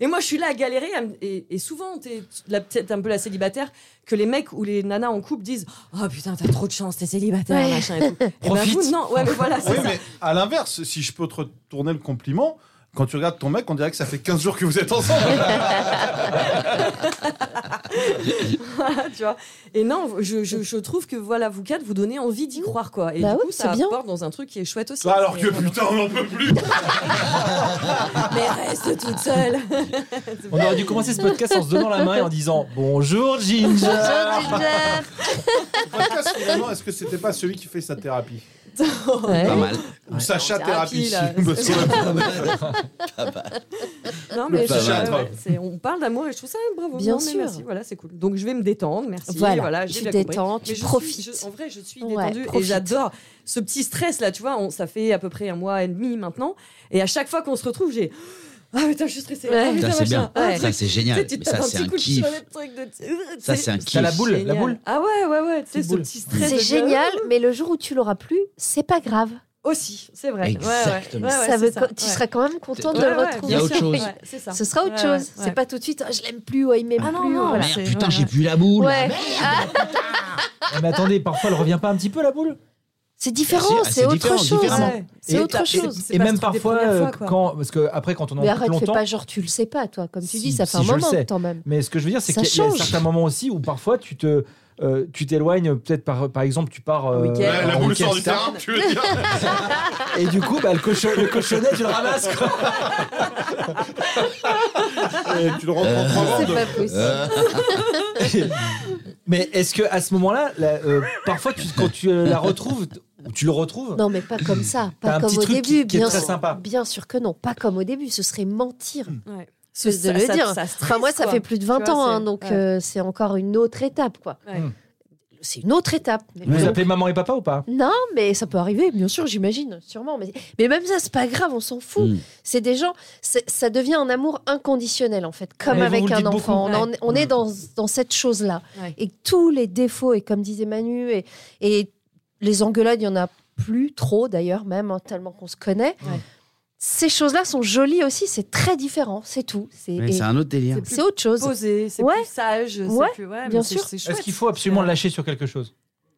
Et moi, je suis là à galérer. à me- Et, et souvent, t'es la petite- un peu la célibataire que les mecs ou les nanas en couple disent Oh putain, t'as trop de chance, t'es célibataire, Ouais. machin et tout. Et ben, Profite. vous, non, ouais, mais voilà, c'est Oui, ça. mais à l'inverse, si je peux te retourner le compliment, quand tu regardes ton mec, on dirait que ça fait 15 jours que vous êtes ensemble. Voilà, (laughs) tu vois. Et non, je, je- je trouve que voilà, vous quatre, vous donnez envie d'y croire, quoi. Et Bah du oui, coup, c'est ça bien. apporte dans un truc qui est chouette aussi. Bah, Alors C'est- euh, que putain, on n'en peut plus. Mais reste (laughs) toute seule. On aurait dû commencer ce podcast en se donnant la main et en disant Bonjour (laughs) Ginger Ce podcast, finalement, Est-ce que c'était pas celui qui fait sa thérapie Pas mal. Ou sa thérapie, chat-thérapie là. si vous me (laughs) Non, mais Pas je- mal. ouais, c'est- on parle d'amour et je trouve ça bravo. Bien Non, mais sûr. merci, voilà, c'est cool. Donc je vais me détendre, merci. Voilà, Voilà, j'ai tu bien compris. détends, tu Mais je suis- profites. je- en vrai, je suis Ouais, détendue et profite. j'adore ce petit stress là, tu vois. on- ça fait à peu près un mois et demi maintenant, et à chaque fois qu'on se retrouve, j'ai ah putain, je suis stressée. Ouais. Ah, Ça, putain, c'est machin. bien. Ah, Ouais. Ça, c'est Tu sais, génial. tu Mais te tapes ça, c'est petit un coup de kiff. chevet, truc de- Ça, c'est un kiff. T'as la boule, la Génial. boule Ah ouais, ouais, ouais. Tu sais, Petite ce boule. petit stress. C'est de- génial, mais le jour où tu l'auras plus, c'est pas grave. Aussi, c'est vrai. Ouais, ouais. Exactement. Ouais, ouais, ça c'est veut, co- tu Ouais. seras quand même content de Ouais, le ouais, retrouver. bien Il y a autre sûr. chose. Ouais, c'est ça. Ce sera autre Ouais, chose. ouais, C'est ouais. pas tout de suite. Ah, je l'aime plus. oh, il m'aime Ah non, plus. non, voilà. c'est- Merde, putain, ouais, j'ai ouais. plus la boule. Ouais. Ah, Mais attendez, parfois elle revient pas un petit peu la boule C'est C'est- différent. C'est c'est autre différent, chose. différemment. Ouais. C'est Et- autre et- chose. Et, pas même ce truc des parfois, premières euh, fois, quoi. quand, parce que après quand on en Mais couple arrête, fais longtemps, pas genre tu le sais pas, toi. Comme tu Si, dis, ça si, fait un je le moment sais. quand même. Mais ce que je veux dire, c'est Ça qu'il y a- il y, a change. certains moments aussi où parfois tu te, euh, tu t'éloignes peut-être par, par exemple tu pars euh, week-end. Ouais, la en boule week-end, sort du etc. terrain, tu veux dire et du coup bah, le, cochon, le cochonnet tu le ramasses (laughs) quoi. Et Tu le rentres en trois C'est bandes. pas possible. Euh, Mais est-ce que à ce moment-là, la- euh, parfois tu- quand tu euh, la retrouves ou tu le retrouves, Non, mais pas comme ça, T'as pas un comme petit au truc début, qui- qui est bien très sûr. sympa. Hmm. Bien sûr que non, pas comme au début, ce serait mentir Ouais. que de Ça- le ça- dire. ça stresse, enfin moi ça quoi. fait plus de 20 Tu vois, ans, hein, c'est- donc ouais. euh, c'est encore une autre étape quoi. Ouais. Mm. C'est une autre étape. Mais vous donc- appelez maman et papa ou pas Non, mais ça peut arriver, bien sûr, j'imagine, sûrement. Mais, mais même ça, c'est pas grave, on s'en fout. Mm. C'est des gens, c'est- ça devient un amour inconditionnel en fait, comme Mais vous vous avec le un dites enfant. beaucoup. On, en- on est dans, dans cette chose-là. Ouais. Et tous les défauts, et comme disait Manu, et, et les engueulades, il y en a plus trop d'ailleurs, même hein, tellement qu'on se connaît. Ouais. Ces choses-là sont jolies aussi, c'est très différent, c'est tout. C'est mais et C'est un autre délire. c'est autre chose. Posé, c'est Ouais. plus sage, Ouais, c'est plus ouais, mais bien c'est- sûr. c'est chouette. Est-ce qu'il faut absolument lâcher sur quelque chose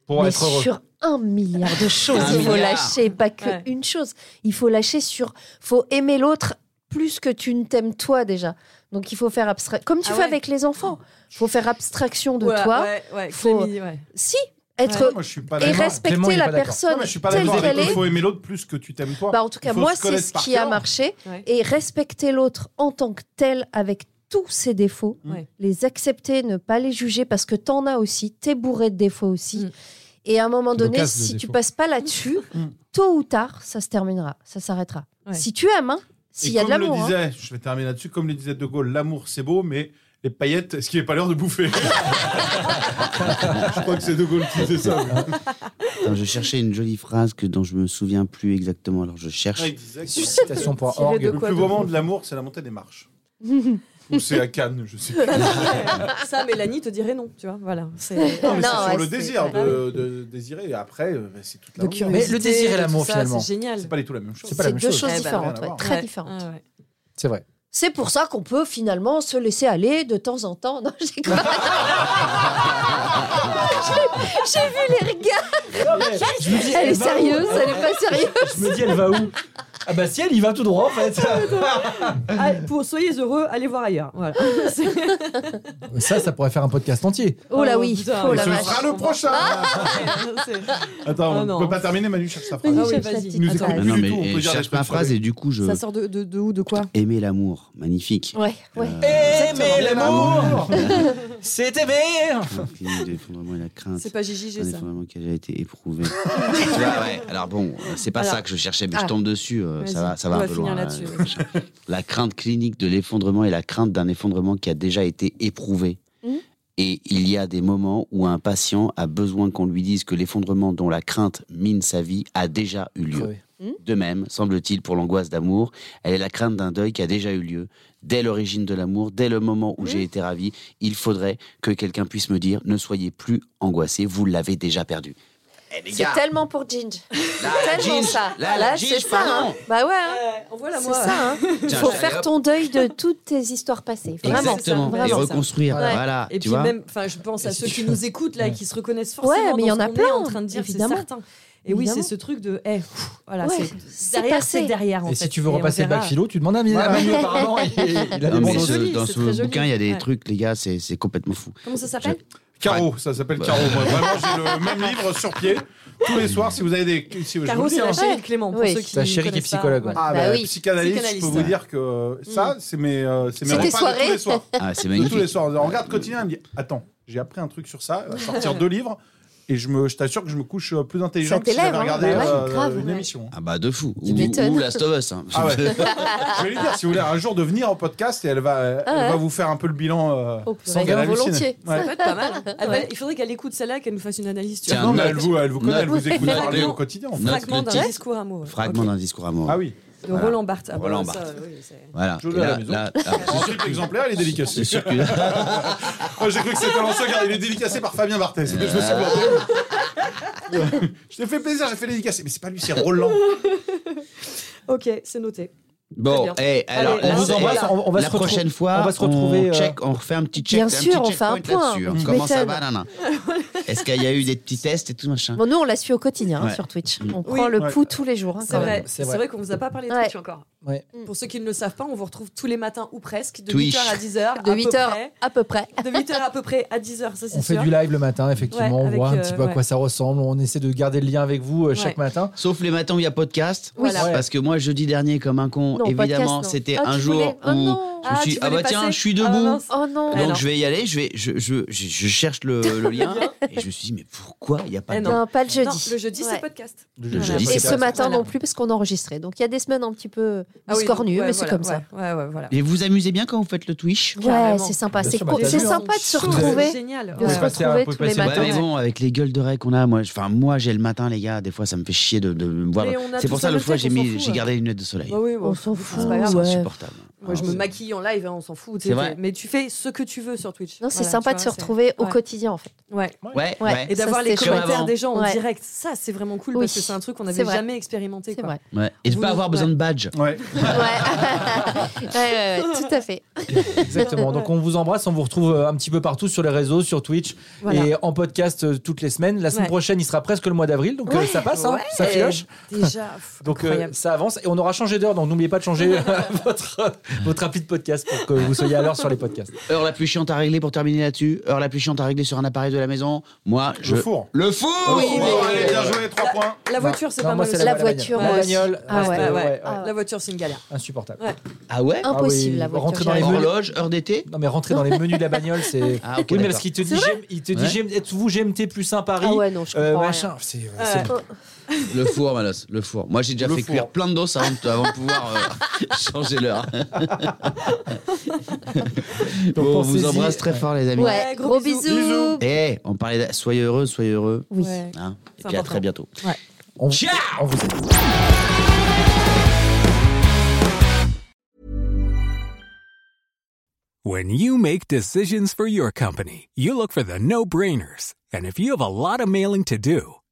pour Mais être heureux sur un milliard de choses, Un il faut milliard. lâcher pas que Ouais. une chose. Il faut lâcher sur, faut aimer l'autre plus que tu ne t'aimes toi déjà. Donc il faut faire abstraction, comme tu Ah fais ouais. avec les enfants. Faut faire abstraction de Voilà, toi. ouais, ouais, faut- Clémy, ouais. Si être Moi, je suis pas et d'accord. respecter Clément, il est la pas d'accord. Non, personne mais je suis pas telle d'accord avec qu'elle toi, Il est. faut aimer l'autre plus que tu t'aimes toi. Bah, en tout cas, Il faut moi se c'est connaître ce par qui a cœur. marché Ouais. et respecter l'autre en tant que tel avec tous ses défauts, Mm. Ouais. les accepter, ne pas les juger parce que t'en as aussi, t'es bourré de défauts aussi. Mm. Et à un moment C'est donné, l'occasion, si le tu défaut. passes pas là-dessus, tôt ou tard, ça se terminera, ça s'arrêtera. Ouais. Si tu aimes, hein, s'il Et y a de comme le l'amour, hein. disait, je vais terminer là-dessus, comme le disait De Gaulle, l'amour c'est beau, mais les paillettes, est-ce qu'il n'est pas l'heure de (laughs) bouffer Je crois que c'est De Gaulle qui disait ça. Attends, je cherchais une jolie phrase que, dont je me souviens plus exactement. Alors, je cherche. Ouais, il disait que Citation.org. le plus beau moment de l'amour, c'est la montée des (laughs) marches. Ou c'est à Cannes, je (laughs) sais plus. Ça, Mélanie te dirait non, tu vois. Voilà. C'est Non, mais Non, c'est ouais, sur le c'est- désir ouais. de, de désirer. Et après, euh, bah, c'est toute la de vie. Mais le désir et tout l'amour, ça, finalement. C'est génial. C'est pas du tout la même chose. C'est pas la c'est même deux chose. choses Eh ben, différentes, rien à ouais, voir. très Ouais, Ah différentes. ouais, ouais. C'est vrai. C'est pour ça qu'on peut finalement se laisser aller de temps en temps. (laughs) Non, j'ai (laughs) quoi J'ai- J'ai vu les regards. Ah, Ah, je me dis, Elle est va où sérieuse, elle est pas sérieuse. (laughs) Je me dis, elle va où Ah bah si, elle y va tout droit en fait. Ah, pour soyez heureux, allez voir ailleurs. Voilà. C'est- (laughs) ça, ça pourrait faire un podcast entier. Oh là Oh, oui. putain. Oh Et la ce vache. sera le prochain c'est- Attends, Ah, on non. peut pas terminer, Manu cherche sa phrase. Ah Vas-y, oui, cherche la vas-y. petite. Il nous écoute Attends. Ah plus non, du mais tout, on eh, peut je dire des cherche ma trucs sur phrase lui. et du coup, je. Ça sort de, de, de où, de quoi Aimer l'amour. Magnifique. Ouais, ouais. Euh, Aimer l'amour, (laughs) c'est aimer. L'effondrement et la crainte. C'est pas Gigi, j'ai Un ça. effondrement qui a déjà été (laughs) éprouvé. Tu vois, ouais. Alors bon, euh, c'est pas Alors. ça que je cherchais, mais Ah. je tombe dessus. euh, Vas-y. ça va, ça On va va un peu finir loin. là-dessus. euh, machin. la crainte clinique de l'effondrement et la crainte d'un effondrement qui a déjà été éprouvé. Mhm. Et il y a des moments où un patient a besoin qu'on lui dise que l'effondrement dont la crainte mine sa vie a déjà eu lieu. Crever. De même, semble-t-il, pour l'angoisse d'amour, elle est la crainte d'un deuil qui a déjà eu lieu. Dès l'origine de l'amour, dès le moment où j'ai été ravi, il faudrait que quelqu'un puisse me dire ne soyez plus angoissé, vous l'avez déjà perdu. Eh, les C'est gars, tellement pour Ginge. là, la Tellement ginge, ça. là, la ginge, c'est ça. pardon. hein. Bah ouais, hein. on voit la c'est ça. Hein. Tiens, faut allez, faire hop. ton deuil de toutes tes histoires passées. Vraiment. Exactement. Vraiment. Et reconstruire. Ouais. Voilà. Et tu puis vois même, enfin, je pense à ceux qui nous écoutent là et qui se reconnaissent Ouais, forcément mais il y dans en ce a qu'on plein, est en train de dire, c'est évidemment. certain. Et oui, Évidemment. c'est ce truc de, eh, pff, voilà, Ouais, c'est c'est derrière, passé. c'est derrière. En Et fait. si tu veux Et on repasser le bac verra. philo, tu demandes à Manu. Voilà. à Manu, apparemment, il, il a Non, des mais bons c'est ce- joli, dans c'est ce très joli. bouquin, il y a des Ouais. trucs, les gars, c'est c'est complètement fou. Comment ça s'appelle Caro, ça s'appelle Caro. Moi, vraiment, j'ai le même livre sur pied tous les soirs. Si vous avez des. Si, je vous Caro, le dis, c'est la hein. chérie Ouais. de Clément. Pour Oui. ceux qui La ne chérie qui est connaissent pas. psychologue, ouais. Voilà. Ah, Bah bah, oui. Mm. psychanalyste, je peux Psychanalyste. vous dire que ça, c'est mes, euh, c'est mes C'est tes repas de tous les soirées. soirs. Ah, c'est De magnifique. tous les soirs. On regarde quotidien, elle me dit Attends, j'ai appris un truc sur ça, elle va (laughs) sortir deux livres, et je, me, je t'assure que je me couche euh, plus intelligent Ça que si t'élève, j'avais hein, regardé bah ouais, euh, grave, une ouais. émission. hein. Ah bah de fou. Tu Ou, m'étonnes. ou Last of Us. hein. (laughs) Ah ouais. je vais lui dire, si vous voulez un jour de venir au podcast, et elle va, elle Ah ouais. va vous faire un peu le bilan. euh, Oh, sans purée. qu'elle hallucine. volontiers. Ouais. Ça peut être pas mal. Ah bah, Il faudrait qu'elle écoute celle-là, qu'elle nous fasse une analyse. Tu Tiens, vois. Non, mais Note. elle vous, elle vous connaît, elle vous Note. écoute parler Fragment. au quotidien. en fait. Note Fragment le d'un titre. discours amoureux. Fragment Ok. d'un discours amoureux. Ah oui. De Roland Barthes. Ah, Roland bah, ça, Barthes. oui, c'est- Voilà. Je Et l'ai à la là, maison. là, alors, En triple exemplaire, elle est délicacée. c'est sûr que Moi, j'ai cru que c'était l'ancien, car il est dédicacé par Fabien Euh. Barthez. Je me suis planté. Je t'ai fait plaisir, j'ai fait dédicacer. Mais c'est pas lui, c'est Roland. Ok, c'est noté. Bon, Très bien. eh, alors, Allez, là, on vous c'est- embrasse, eh, on, on va la se retrouver. prochaine fois, on va se retrouver. on euh, check, on refait un petit check. Bien un petit sûr, on fait un checkpoint point. là-dessus, hein. Tu Comment ça m'étonnes. va, nana Est-ce qu'il y a eu des petits tests et tout machin Bon, nous, on la suit au quotidien hein, Ouais. Mm. sur Twitch. On Oui. prend le Ouais. pouls tous les jours. hein, C'est quand même. vrai, c'est c'est vrai. vrai qu'on vous a pas parlé de Ouais. Mm. Twitch encore. ouais. Pour ceux qui ne le savent pas, on vous retrouve tous les matins ou presque, de Twitch. 8h à 10h. De 8h près. à peu près. De 8h à peu près à 10h, ça c'est On fait sûr. du live le matin, effectivement. Ouais, on avec, voit un euh, petit peu à ouais. quoi ça ressemble. On essaie de garder le lien avec vous euh, chaque Ouais. matin. Sauf les matins où il y a podcast. Voilà. Ouais. Parce que moi, jeudi dernier, comme un con, Non, évidemment, podcast, non. c'était Ah, tu un jour voulais- oh où non. je me suis tu dit, veux ah bah les tiens, passer je suis Ah, debout. mince. Oh non. Ah, Donc non. je vais y aller, je vais, je, je, je, je cherche le, (laughs) le lien et je me suis dit mais pourquoi il n'y a pas Eh de non. Non, pas le Non, jeudi. le jeudi, Ouais. c'est podcast. Le Voilà. jeudi, Et c'est ce pas- matin Voilà. non plus, parce qu'on enregistrait. Donc il y a des semaines un petit peu Ah oui, scornues, donc, ouais, mais c'est voilà, comme ça. Ouais, ouais, ouais, voilà. Et vous vous amusez bien quand vous faites le Twitch Ouais, Carrément. c'est sympa. Bien C'est sûr, co- bah, t'as c'est vu, sympa hein. de se Vous C'est retrouver. génial. De Ouais. se Vous passez un- retrouver vous tous les passez- Ouais, matins. mais bon, avec les gueules de raie qu'on a, moi, je- enfin, moi, j'ai le matin, les gars. Des fois, ça me fait chier de, de me voir. Mais on a C'est pour tous ça, la l'autre fois, même j'ai tête, on mis, s'en fout, j'ai gardé les lunettes de soleil. Bah oui, bon, On s'en c'est pas fout. grave. C'est ouais. insupportable. Moi, je Alors, me c'est- maquille en live, hein, on s'en fout. tu C'est sais, vrai. Mais tu fais ce que tu veux sur Twitch. Non, c'est Voilà, sympa tu de se vois, c'est- retrouver au Ouais. quotidien en fait. Ouais, Ouais. ouais. Et Ça, d'avoir les c'était chouette. commentaires des gens en Ouais. direct, ça c'est vraiment cool Oui. parce que c'est un truc qu'on C'est n'avait vrai. jamais expérimenté. C'est quoi. vrai. ouais. Et de Vous- pas avoir besoin de badge. Ouais. Ouais. (laughs) ouais, ouais, ouais, tout à fait. Exactement. Donc on vous embrasse, on vous retrouve euh, un petit peu partout sur les réseaux, sur Twitch Voilà. et en podcast euh, toutes les semaines. La semaine Ouais. prochaine, il sera presque le mois d'avril, donc euh, ça passe, hein, Ouais. ça filoche. Déjà, pff, Donc euh, incroyable. ça avance et on aura changé d'heure, donc n'oubliez pas de changer euh, votre votre appli de podcast pour que vous soyez à l'heure sur les podcasts. Heure la plus chiante à régler pour terminer là-dessus. Heure la plus chiante à régler sur un appareil de la maison. Moi, je. Le four. Le four Oh, allez, bien joué, 3 points. La voiture, c'est Non, pas moi, mal. c'est aussi. la la voiture, La moi bagnole, aussi. Ah reste- ouais. ouais, ouais, Ah La voiture, c'est une galère. insupportable. Ouais. Ah ouais Impossible oui, la voiture. rentrer dans les j'arrive. menus. Horloge, heure d'été Non mais rentrer dans les menus de la bagnole, c'est Ah, ok, oui mais d'accord. parce qu'il te dit GM- il te dit Ouais. GM- êtes-vous GMT plus 1 Paris Ah ouais, non, je euh, comprends. rien. machin, c'est c'est- Le four, Malos, le four. Moi, j'ai déjà Le fait four. cuire plein de dos avant de, avant de pouvoir euh, (laughs) changer l'heure. Donc, Bon, on vous pensez-y. embrasse très fort, les amis. Ouais, Ouais, gros gros bisous. bisous. Eh, on parlait de... Soyez heureux, soyez heureux. Oui. Ouais. hein. Et C'est puis à important. très bientôt. on, on vous aime. When you make decisions for your company, you look for the no brainers. And if you have a lot of mailing to do,